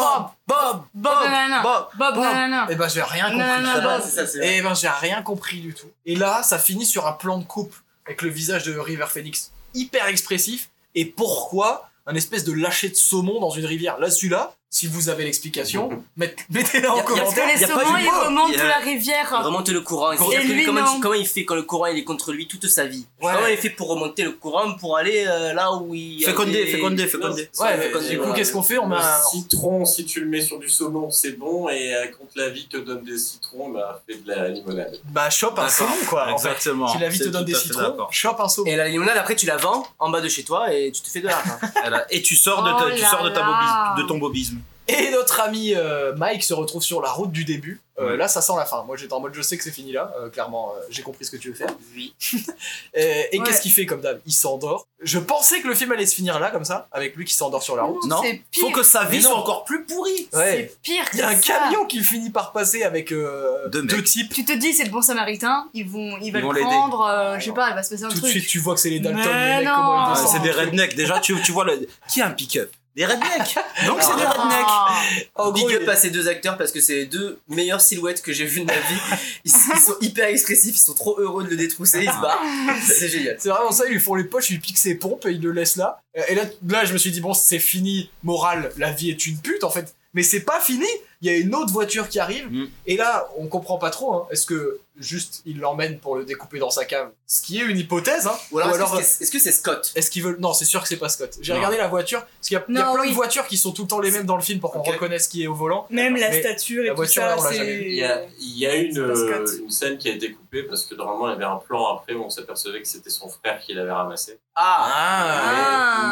D: Bob
C: Bob, nanana.
D: Bob
C: Bob, nanana.
A: Et ben j'ai rien compris.
C: Nanana,
E: Ah,
C: Bob.
E: c'est ça, c'est vrai.
A: Et ben j'ai rien compris du tout. Et là, ça finit sur un plan de coupe avec le visage de River Phoenix hyper expressif. Et pourquoi un espèce de lâcher de saumon dans une rivière Là, celui-là, si vous avez l'explication, met- mettez-la
B: Y
A: en
B: a- y a-
C: Parce
A: commentaire.
C: que
B: y
C: les
B: a pas
C: saumons,
B: du
C: ils
B: Bob.
C: remontent
B: Il y a-
C: de la rivière.
B: Il remonte le courant.
C: Et
B: c'est-à-dire que
C: lui,
B: comment,
C: non.
B: il- comment il fait quand le courant il est contre lui toute sa vie
A: Ouais.
B: Comment il fait pour remonter le courant pour aller euh, là où il.
E: Fais Condé,
B: fait
E: fais Condé, fais Condé.
A: Ouais,
B: Fais
A: mais
B: Condé,
A: du coup,
B: voilà.
A: qu'est-ce qu'on fait On met un-
F: Le citron, Bah, si tu le mets sur du saumon, c'est bon. Et euh, quand la vie te donne des citrons, bah, fais de la limonade.
A: Bah, chope un
D: D'accord.
A: saumon, quoi. En fait,
D: Exactement.
A: si la vie te
D: C'est
A: donne
D: tout
A: des
D: à fait
A: citrons,
E: *laughs*
D: d'accord.
A: chope un saumon.
B: Et la limonade, après, tu la vends en bas de chez toi et tu te fais de l'argent.
D: Voilà.
E: Et tu sors de, ta-
C: Oh
E: tu
C: là
E: sors de, ta
C: là.
E: bobisme- de ton bobisme.
A: Et notre ami euh, Mike se retrouve sur la route du début. Euh, Là, ça sent la fin. Moi, j'étais en mode, je sais que c'est fini là. Euh, clairement, euh, j'ai compris ce que tu veux faire.
B: Oui.
A: *laughs* et et
C: Ouais.
A: qu'est-ce qu'il fait comme d'hab Il s'endort. Je pensais que le film allait se finir là, comme ça, avec lui qui s'endort sur la route.
E: Non.
C: C'est pire.
E: Faut que sa vie
A: Mais non.
E: soit encore plus pourrie.
A: Ouais.
C: C'est pire que
A: Il y a un
C: ça.
A: camion qui finit par passer avec euh,
E: Deux
A: deux,
E: mecs.
A: types.
C: Tu te dis, c'est le bon samaritain, ils vont, ils
E: vont
C: vont le
E: l'aider.
C: prendre, euh, je sais pas, il va se passer un
A: Tout de
C: truc. *laughs*
A: suite, tu vois que c'est les Dalton.
C: Mais
A: les mecs, comment ils
C: non.
E: Ah,
A: descendent.
E: c'est des rednecks. Déjà, tu, tu vois le. Qui a un pick-up Des rednecks. Donc, c'est des rednecks.
C: Ah.
A: En gros,
B: Big
A: il-
B: up à ces deux acteurs parce que c'est les deux meilleures silhouettes que j'ai vues de ma vie.
A: *laughs*
B: Ils, ils sont hyper expressifs, ils sont trop heureux de le détrousser, ils se barrent.
A: Ah.
B: C'est génial.
A: C'est vraiment ça, ils lui font les poches, ils lui piquent ses pompes et ils le laissent là. Euh, Et là, là je me suis dit, bon, c'est fini, morale, la vie est une pute en fait. Mais c'est pas fini, il y a une autre voiture qui arrive.
E: Mm.
A: Et là, on comprend pas trop, hein. est-ce que juste il l'emmène pour le découper dans sa cave Ce qui est une hypothèse, hein.
B: Ou alors,
A: Ou
B: est-ce
A: alors,
B: que c'est- est-ce que c'est Scott
A: Est-ce qu'ils veulent. Non, c'est sûr que c'est pas Scott. J'ai
E: Non.
A: regardé la voiture, parce qu'il y a, il y a
C: Non,
A: plein de
C: oui.
A: voitures qui sont tout le temps les mêmes dans le film pour qu'on reconnaisse qui est au volant.
C: Même
A: Mais
C: la stature et
A: la
C: tout
A: voiture,
C: ça,
A: là, on l'a jamais
C: c'est.
F: Il y a, il y a une,
C: C'est pas Scott.
F: euh, une scène qui a été coupée parce que normalement, il y avait un plan après où on s'apercevait que c'était son frère qui l'avait ramassé.
A: Ah,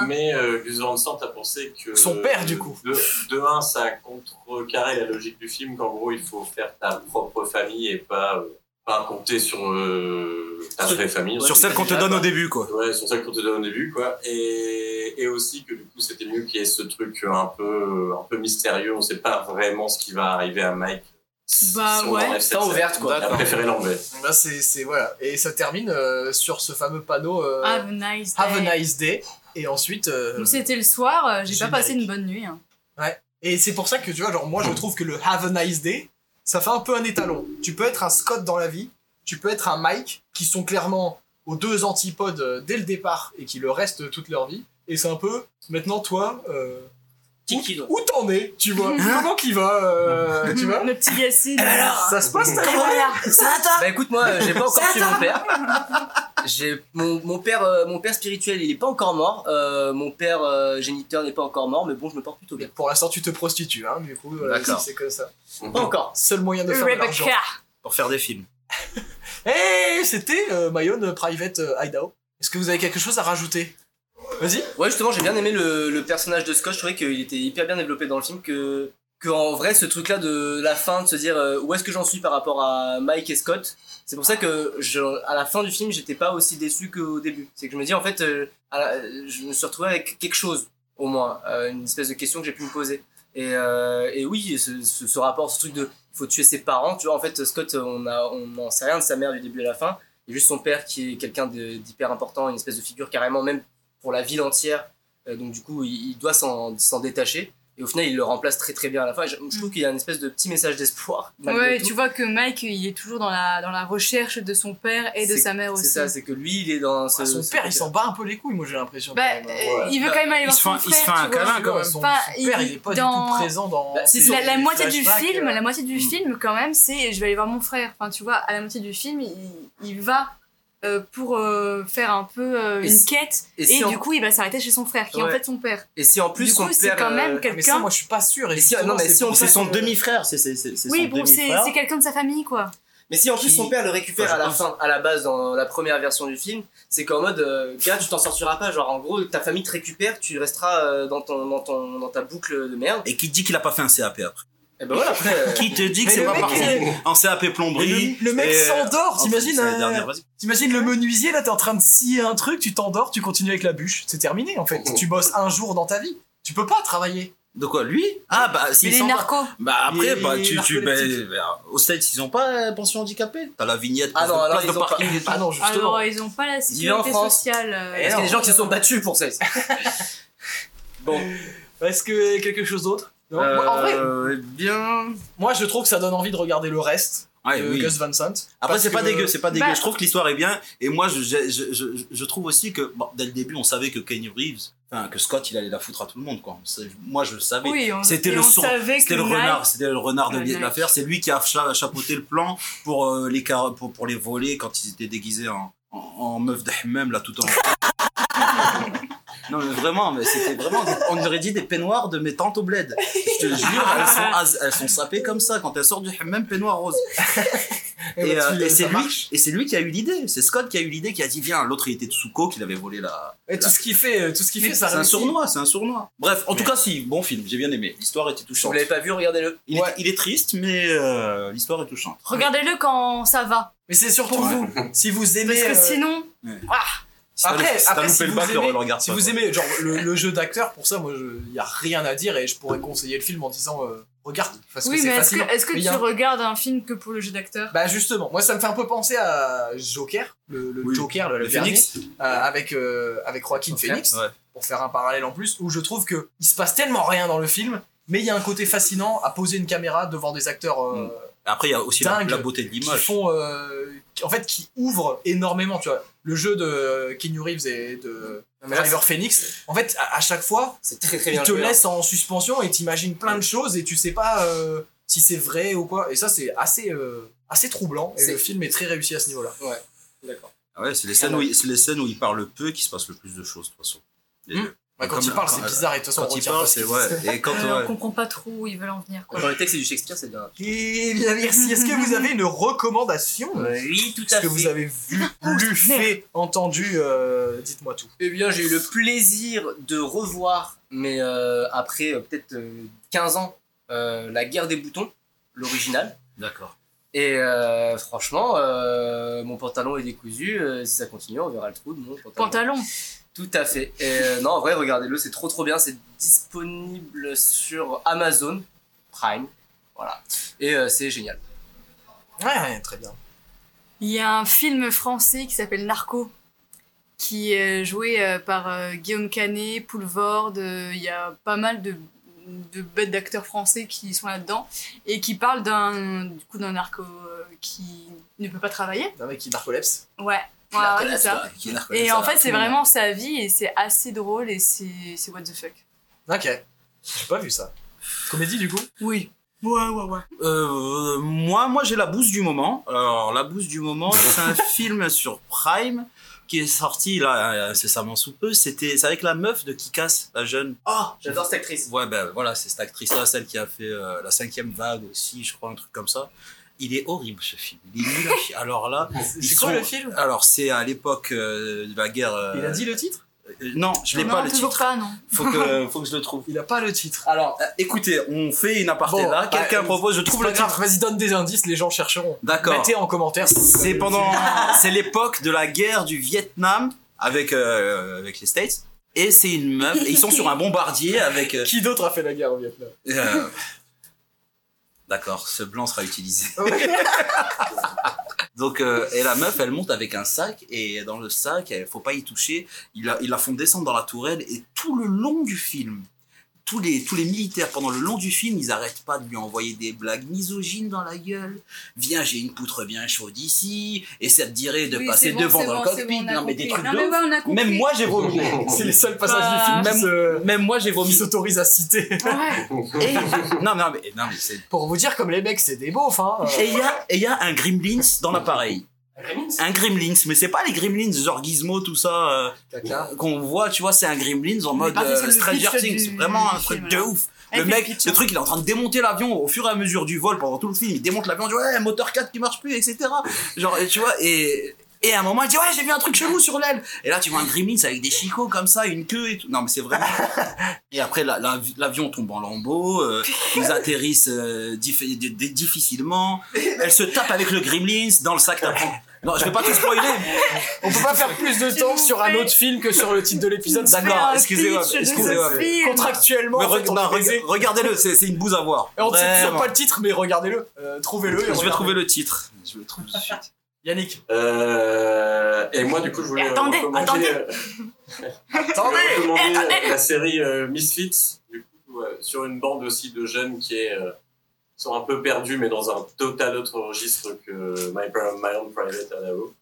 C: Ah.
F: Mais euh, Gus Van Sant a pensé que.
A: Son père, du coup.
F: De, de un, ça a contrecarré la logique du film qu'en gros, il faut faire ta propre famille et pas, euh, pas compter sur euh, ta
E: Sur-
F: vraie famille.
E: Sur celle qu'on te donne au début, quoi.
F: Ouais, c'est pour ça qu'on te donne au début, quoi. Et, et aussi que du coup, c'était mieux qu'il y ait ce truc un peu, un peu mystérieux. On sait pas vraiment ce qui va arriver à Mike.
C: Bah ouais.
F: enlève cette
B: Tant
F: scène.
B: ouverte, quoi.
F: Il a préféré l'enlever.
A: Là, c'est. c'est- Voilà. Et ça termine euh, sur ce fameux panneau euh,
C: Have a nice day.
A: Have a nice day. Et ensuite. euh,
C: Donc c'était le soir, euh, j'ai pas
A: Générique.
C: passé une bonne nuit. hein.
A: Et c'est pour ça que tu vois, genre moi je trouve que le Have a nice day, ça fait un peu un étalon. Tu peux être un Scott dans la vie, tu peux être un Mike, qui sont clairement aux deux antipodes euh, dès le départ et qui le restent toute leur vie. Et c'est un peu, maintenant toi, euh,
B: Qui- qui donc
A: où t'en es, tu vois Comment qu'il va, euh, tu
C: *laughs*
A: vois
C: Le petit Yacine.
A: Ça se passe ta vie
C: Voilà.
B: Bah écoute, moi, euh, j'ai pas encore tué mon père.
A: *laughs*
B: J'ai mon, mon père, euh, mon père spirituel, il est pas encore mort. Euh, mon père euh, géniteur n'est pas encore mort, mais bon, je me porte plutôt bien.
A: Pour l'instant, tu te prostitues, hein, du coup, voilà,
E: D'accord.
A: c'est comme ça.
B: Pas encore.
A: Seul moyen de faire de l'argent.
C: Rebecca.
E: Pour faire des films.
A: Hey, c'était euh, Mayone Private euh, Idaho. Est-ce que vous avez quelque chose à rajouter Vas-y.
B: Ouais, justement, j'ai bien aimé le, le personnage de Scott. Je trouvais qu'il était hyper bien développé dans le film. Que, que en vrai, ce truc-là de la fin, de se dire euh, où est-ce que j'en suis par rapport à Mike et Scott, c'est pour ça que je- à la fin du film, j'étais pas aussi déçu qu'au début. C'est que je me dis, en fait, euh, à la- je me suis retrouvé avec quelque chose, au moins, euh, une espèce de question que j'ai pu me poser. Et, euh, et oui, ce, ce- ce rapport, ce truc de il faut tuer ses parents, tu vois, en fait, Scott, on a- on n'en sait rien de sa mère du début à la fin. Il y a juste son père qui est quelqu'un de- d'hyper important, une espèce de figure carrément, même pour la ville entière. Euh, donc du coup, il, il doit s'en s'en détacher. Et Et au final, il le remplace très très bien à la fin. Je, je trouve qu'il y a une espèce de petit message d'espoir. malgré
C: Mm. Ouais,
B: tout.
C: tu vois que Mike, il est toujours dans la, dans la recherche de son père et de
B: C'est-
C: sa mère
B: C'est
C: aussi.
B: ça, c'est que lui, il est dans. ce-
A: Ah, son
B: ce
A: père, il
B: côté-là.
A: s'en bat un peu les couilles, moi j'ai l'impression.
C: Bah,
A: quand même, hein.
C: euh, il veut quand même aller
D: Il se
C: voir
D: fait-
C: son
D: il se
C: frère,
D: fait un
C: tu vois.
D: câlin, quand même.
A: Son,
C: Enfin,
A: son père, il est pas
C: dans-
A: du tout présent dans.
B: Bah, c'est
A: ses-
B: son-
C: la, la
A: ses
C: moitié du
A: flashbacks,
C: film,
A: euh,
C: la moitié du
B: hmm.
D: Mm.
C: film quand même, c'est je vais aller voir mon frère. Enfin, tu vois, à la moitié du film, il, il va euh, pour euh, faire un peu euh,
B: Et
C: une
B: si-
C: quête
B: Et
C: et,
B: si, en...
C: du coup, il va s'arrêter chez son frère, qui est en
B: Ouais.
C: fait son père.
B: et si en plus
C: du
B: son
C: coup, c'est
B: père.
C: quand même
B: euh,
A: Mais ça,
C: quelqu'un.
A: moi je suis pas sûr. et
B: Mais si-
A: justement,
B: non, mais
A: c'est
B: si on
A: pour
B: fait
A: ça euh,
B: son
A: que-
D: demi-frère, c'est c'est- c'est- c'est son
C: Oui, bon, c'est
D: demi-frère.
C: c'est quelqu'un de sa famille, quoi.
B: Mais si en plus
D: Qui-
B: son père le récupère
D: Enfin,
B: à
D: je
B: la
D: pense-
B: fin, à la base dans la première version du film, c'est qu'en mode, euh, gars, tu t'en sortiras pas. Genre en gros, ta famille te récupère, tu resteras euh, dans ton dans ton dans ta boucle de merde.
D: Et qui dit qu'il a pas fait un CAP après
B: Et ben voilà après. euh,
D: Qui te dit que
A: Mais
D: c'est
A: le
D: pas
A: mec,
D: parti
A: il-
D: en CAP plomberie
A: Le mec
D: et-
A: s'endort,
D: Enfin,
A: t'imagines
D: c'est la
A: euh,
D: dernière, vas-y.
A: T'imagines le menuisier, là, t'es en train de scier un truc, tu t'endors, tu continues avec la bûche. C'est terminé, en fait. Tu bosses un jour dans ta vie. Tu peux pas travailler.
D: De quoi Lui Ah bah
C: Il
D: s'il
C: est
D: s'en va.
C: narco.
D: Bah après,
A: Il-
D: bah,
A: il
D: tu,
A: est
D: tu, bah,
A: narcoleptique.
D: bah, au stade, ils ont pas euh, pension handicapée. T'as la vignette,
B: Ah
D: place
B: non,
D: de-
B: alors
D: place
B: ils
D: de
B: ont pas-
D: parking et tout.
A: Ah non, justement.
C: Alors, euh, ils ont pas la
B: Vivez en
C: sécurité
B: France.
C: sociale. euh,
B: Parce qu'il y a des gens qui se sont battus pour ça.
D: *laughs*
B: bon,
A: Est-ce que quelque chose d'autre Non
D: Euh,
A: En vrai,
D: eh bien. Euh,
A: moi, je trouve que ça donne envie de regarder le reste
D: Ouais,
A: de
D: oui.
A: Gus Van Sant.
D: Après,
A: parce
D: c'est pas
A: que-
D: dégueu, c'est pas dégueu.
C: Bah-
D: Je trouve que l'histoire est bien. Et moi, je, je, je, je- je trouve aussi que, bon, dès le début, on savait que Kenny Reeves, enfin, que Scott, il allait la foutre à tout le monde, quoi. C'est- Moi, je le savais.
C: Oui, on-
D: C'était
C: et
D: le
C: on
D: sourd.
C: savait que
D: C'était le
C: Mike-
D: renard, c'était le renard de
C: Ouais, Nike.
D: l'affaire. C'est lui qui a cha- chapeauté le plan pour euh, les car- pour, pour les voler quand ils étaient déguisés en, en, en meuf de hammam, là tout en.
A: *laughs*
D: non mais vraiment, mais c'était vraiment, des- on aurait dit des peignoirs de mes tantes au bled. Je te jure, elles sont,
A: *laughs*
D: as- elles sont sapées comme ça quand elles sortent du hammam peignoir rose. Et,
A: bah,
D: euh,
A: tu-
D: et c'est
A: ça marche.
D: lui, et c'est lui qui a eu l'idée. C'est Scott qui a eu l'idée, qui a dit viens. L'autre il était de Souko, qu'il avait volé la.
A: Et tout
D: la-
A: ce qu'il fait, euh, tout ce qu'il fait, ça
D: C'est un
A: réussit.
D: sournois, c'est un sournois. Bref, en tout cas si, bon film, j'ai bien aimé. L'histoire était
B: vous
D: touchante.
B: l'avez pas vu, regardez-le.
D: Il, est, il est triste, mais euh, l'histoire est touchante.
C: Regardez-le quand ça va.
A: Mais c'est surtout vous. Si vous aimez.
C: Parce que
A: euh,
C: sinon,
D: Si t'as
A: Après-
D: loupé- si t'as
A: après,
D: loupé
A: si
D: le
A: vous
D: bac,
A: aimez-
D: le regarde
A: Si
D: pas,
A: vous
D: quoi.
A: aimez genre le, le jeu d'acteur, pour ça, moi, il y a rien à dire et je pourrais conseiller le film en disant euh, regarde parce
C: oui,
A: que
C: mais
A: c'est
C: est-ce que,
A: fascinant.
C: est-ce que
A: Mais il y
C: tu
B: hein.
A: a un-
C: regardes un film que pour le jeu d'acteur
A: Bah justement, moi ça me fait un peu penser à Joker, le, le
D: Oui.
A: Joker, le, le
D: Le Phoenix
A: dernier, euh, avec euh, avec Joaquin Phoenix,
D: ouais.
A: pour faire un parallèle en plus, où je trouve que il se passe tellement rien dans le film, mais il y a un côté fascinant à poser une caméra devant des acteurs euh,
D: Mm. Après, il y a aussi la,
A: Dingue.
D: la beauté de
A: qui
D: l'image.
A: font, euh, qui- en fait, qui ouvrent énormément. Tu vois, le jeu de Keanu Reeves et de
B: mais là,
A: River Phoenix, en fait, à, à chaque fois,
B: C'est très très
A: il
B: bien
A: te
B: joué, hein.
A: laisse en suspension et t'imagines plein de choses et tu sais pas euh, si c'est vrai ou quoi. Et ça, c'est assez euh, assez troublant. Et
B: C'est-
A: le film est très réussi à ce niveau-là.
B: D'accord.
D: Ah ouais, c'est les, scènes où il- c'est les scènes où il parle peu qui se passe le plus de choses, de toute façon. Et-
A: Mm. Bah, quand
D: Comme-
A: il parle, c'est
D: quand-
A: bizarre et de toute façon,
D: Quand
A: on
D: il
A: retient
D: parle,
A: pas ce
D: c'est.
A: qu'il dit.
D: Ouais.
A: *laughs*
D: Et quand.
C: Euh, On
D: ouais.
C: comprend pas trop où ils veulent en venir. Quoi.
B: Quand le texte c'est du Shakespeare, c'est bien.
A: Et Eh bien, merci. Est-ce que vous avez une recommandation
B: Oui, tout
A: Est-ce que vous avez vu, lu, fait, entendu euh, Dites-moi tout.
B: Eh bien, j'ai eu le plaisir de revoir, mais euh, après euh, peut-être euh, 15 ans, euh, La guerre des boutons, l'original.
D: D'accord.
B: Et euh, franchement, euh, mon pantalon est décousu. euh, si ça continue, on verra le trou de mon pantalon.
C: Pantalon.
B: Tout à fait. Et, euh, non, en vrai, regardez-le, c'est trop trop bien. C'est disponible sur Amazon Prime. Voilà. Et euh, c'est génial.
A: Ouais, ouais, très bien.
C: Il y a un film français qui s'appelle Narco, qui est joué euh, par euh, Guillaume Canet, Poulvorde. euh, Il y a pas mal de, de bêtes d'acteurs français qui sont là-dedans et qui parlent d'un du coup d'un narco euh, qui ne peut pas travailler.
A: Un mec qui narcolepse.
C: Ouais.
D: La
C: Voilà, c'est
D: connasse,
C: ça.
D: là, Ah, qui est la connasse,
C: Et en
D: là.
C: fait, c'est vraiment sa vie et c'est assez drôle et c'est c'est what the fuck.
A: Ok. J'ai pas vu ça. Comédie du coup
B: Oui.
C: Ouais, ouais, ouais.
D: Euh, moi, moi j'ai la bouse du moment. Alors, la bouse du moment,
A: *laughs*
D: c'est un film sur Prime qui est sorti là, c'est ça sous peu. C'était c'est avec la meuf de Kikas, la jeune.
B: Oh,
A: Ah,
B: j'adore cette actrice.
D: Ouais, ben voilà, c'est cette actrice-là, celle qui a fait euh, la cinquième vague aussi, je crois, un truc comme ça. Il est horrible ce film. Il est nul à chier. Alors là,
A: *laughs*
D: ils
A: C'est quoi
D: sont-
A: le film
D: Alors c'est à l'époque euh, de la guerre. euh,
A: Il a dit le titre
D: euh, non, je l'ai
C: Non,
D: pas le
C: toujours
D: titre.
C: pas, non.
D: Faut
A: *laughs*
D: que, faut que je le trouve.
A: Il a pas le titre.
D: Alors, euh, écoutez, on fait une aparté
A: Bon,
D: là. Quelqu'un
A: euh,
D: propose, je trouve le titre.
A: Vas-y, donne des indices, les gens chercheront.
D: D'accord.
A: Mettez en commentaire. si vous
D: C'est
A: savez. *laughs*
D: pendant, c'est l'époque de la guerre du Vietnam avec euh, avec les States. Et c'est une meuf. Et ils sont sur un bombardier avec. euh,
A: Qui d'autre a fait la guerre au
C: *laughs*
A: Vietnam
D: euh, D'accord, ce blanc
H: *laughs*
D: sera utilisé. *laughs* Donc, euh, et la meuf, elle monte avec un sac, et dans le sac, il faut pas y toucher. Il la, ils la font descendre dans la tourelle, et tout le long du film, tous les, tous les militaires, pendant le long du film, ils n'arrêtent pas de lui envoyer des blagues misogynes dans la gueule. Viens, j'ai une poutre bien chaude ici, et ça te dirait de
H: Oui,
D: passer
H: c'est bon,
D: devant
H: c'est
D: dans
H: bon,
D: le
H: c'est
D: cockpit.
H: bon, on a
D: non, mais des
H: compris.
D: trucs
H: Non,
D: de
H: mais
D: ouf.
H: ouais, on a compris. Ah,
A: Même moi j'ai vomi. C'est les seuls passages du film qui se-
D: Même moi, j'ai
A: qui
D: vomi.
A: s'autorisent à citer.
C: Ouais.
H: Eh,
D: Et- non, non, mais, non, mais c'est
A: Pour vous dire, comme les mecs, c'est des beaufs.
C: *laughs*
A: Hein.
D: Et il y a, et il y a un Gremlins dans l'appareil. Un Gremlins, mais c'est pas les Gremlins genre Gizmo, tout ça, euh,
A: Caca.
D: qu'on voit, tu vois, c'est un Gremlins en mode
C: parti
D: euh,
C: sur le
D: Stranger
C: pitch
D: Things,
C: du-
D: c'est vraiment un
C: du
D: truc
C: film, hein.
D: de
C: là.
D: ouf. Le
C: Avec
D: mec,
C: pitch,
D: le
C: hein.
D: truc, il est en train de démonter l'avion au fur et à mesure du vol pendant tout le film. Il démonte l'avion, il dit ouais, moteur 4 qui marche plus, etc. Genre, et tu vois, et, et à un moment, il dit ouais, j'ai vu un truc chelou sur l'aile. Et là, tu vois un Gremlins avec des chicots comme ça, une queue et tout. Non, mais
C: *laughs*
D: c'est vraiment. Et après, la- la- l'avion tombe en lambeaux, euh, ils atterrissent euh, dif- d- d- difficilement. Elle se tape avec le Gremlins dans le sac d'apprenti. Non, je vais pas
C: *laughs*
D: tout spoiler.
A: On peut pas faire plus de temps sur un autre film que sur le titre de l'épisode. ça
D: D'accord,
C: Faire un
D: excusez-moi,
C: pitch de
D: excusez-moi,
C: ce
D: mais-
C: film.
A: Contractuellement,
D: Mais
A: en fait,
D: re-
A: on
D: bah,
A: est baisé.
D: reg- regardez-le, c'est c'est une bouse à voir.
A: Et on ne sait toujours
D: Vraiment.
A: pas le titre, mais regardez-le. Euh, Trouvez-le. et
D: Je vais
A: regardez-le.
D: trouver le titre. Je le trouve tout de suite.
A: Yannick.
F: Euh, et moi, du coup, je voulais
C: Et attendez,
F: recommander,
C: attendez.
F: euh, je
A: Attendez
F: voulais recommander,
C: attendez.
F: euh, la série euh, Misfits, du coup, euh, sur une bande aussi de jeunes qui est, euh, sont un peu perdus, mais dans un total autre registre que My, Pri- My Own Private Idaho.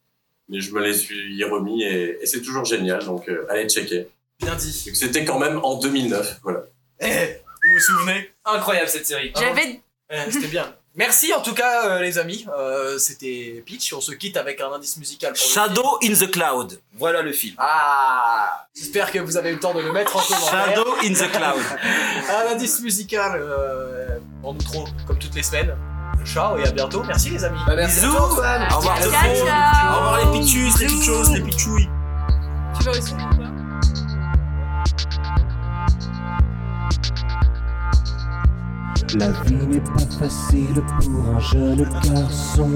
F: Mais je me les suis remis et, et c'est toujours génial, donc euh, allez checker.
B: Bien dit.
F: Donc, C'était quand même en 2009, voilà.
A: Eh, Vous vous souvenez
B: Incroyable cette série.
C: J'avais.
A: Eh, C'était bien. Merci en tout cas, euh, les amis. Euh, C'était Pitch. On se quitte avec un indice musical. pour le film.
D: Shadow in the Cloud. Voilà le film.
A: Ah J'espère que vous avez eu le temps de le mettre en commentaire.
D: Shadow in the Cloud.
A: *laughs* Un indice musical euh, en outro, comme toutes les semaines. Ciao et à bientôt. Merci les
B: Bah,
A: amis.
D: merci à toi,
A: Bisous.
D: Antoine.
C: Ah,
D: Au revoir tout le
C: Ciao,
D: monde.
C: ciao.
D: Au revoir les pitchus, les pitchos, les pitchouilles.
C: Tu vas aussi ou pas
I: La vie n'est pas facile pour un jeune garçon.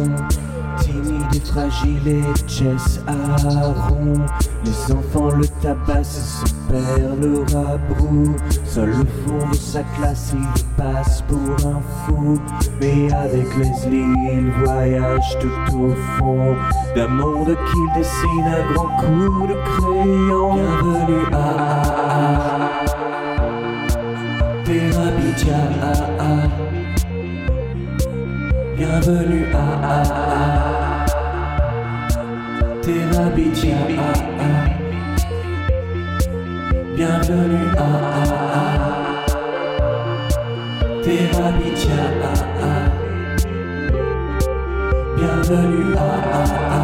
I: Timide et fragile et Jess Aaron. Les enfants le tabassent, son père le rabroue. Seul le fond de sa classe, il passe pour un fou. Mais avec Leslie, il voyage tout au fond d'un monde qu'il dessine à grands coups de crayon. Bienvenue à Terabithia. Bienvenue à Terabithia. Bienvenue à Terabithia. Bienvenue à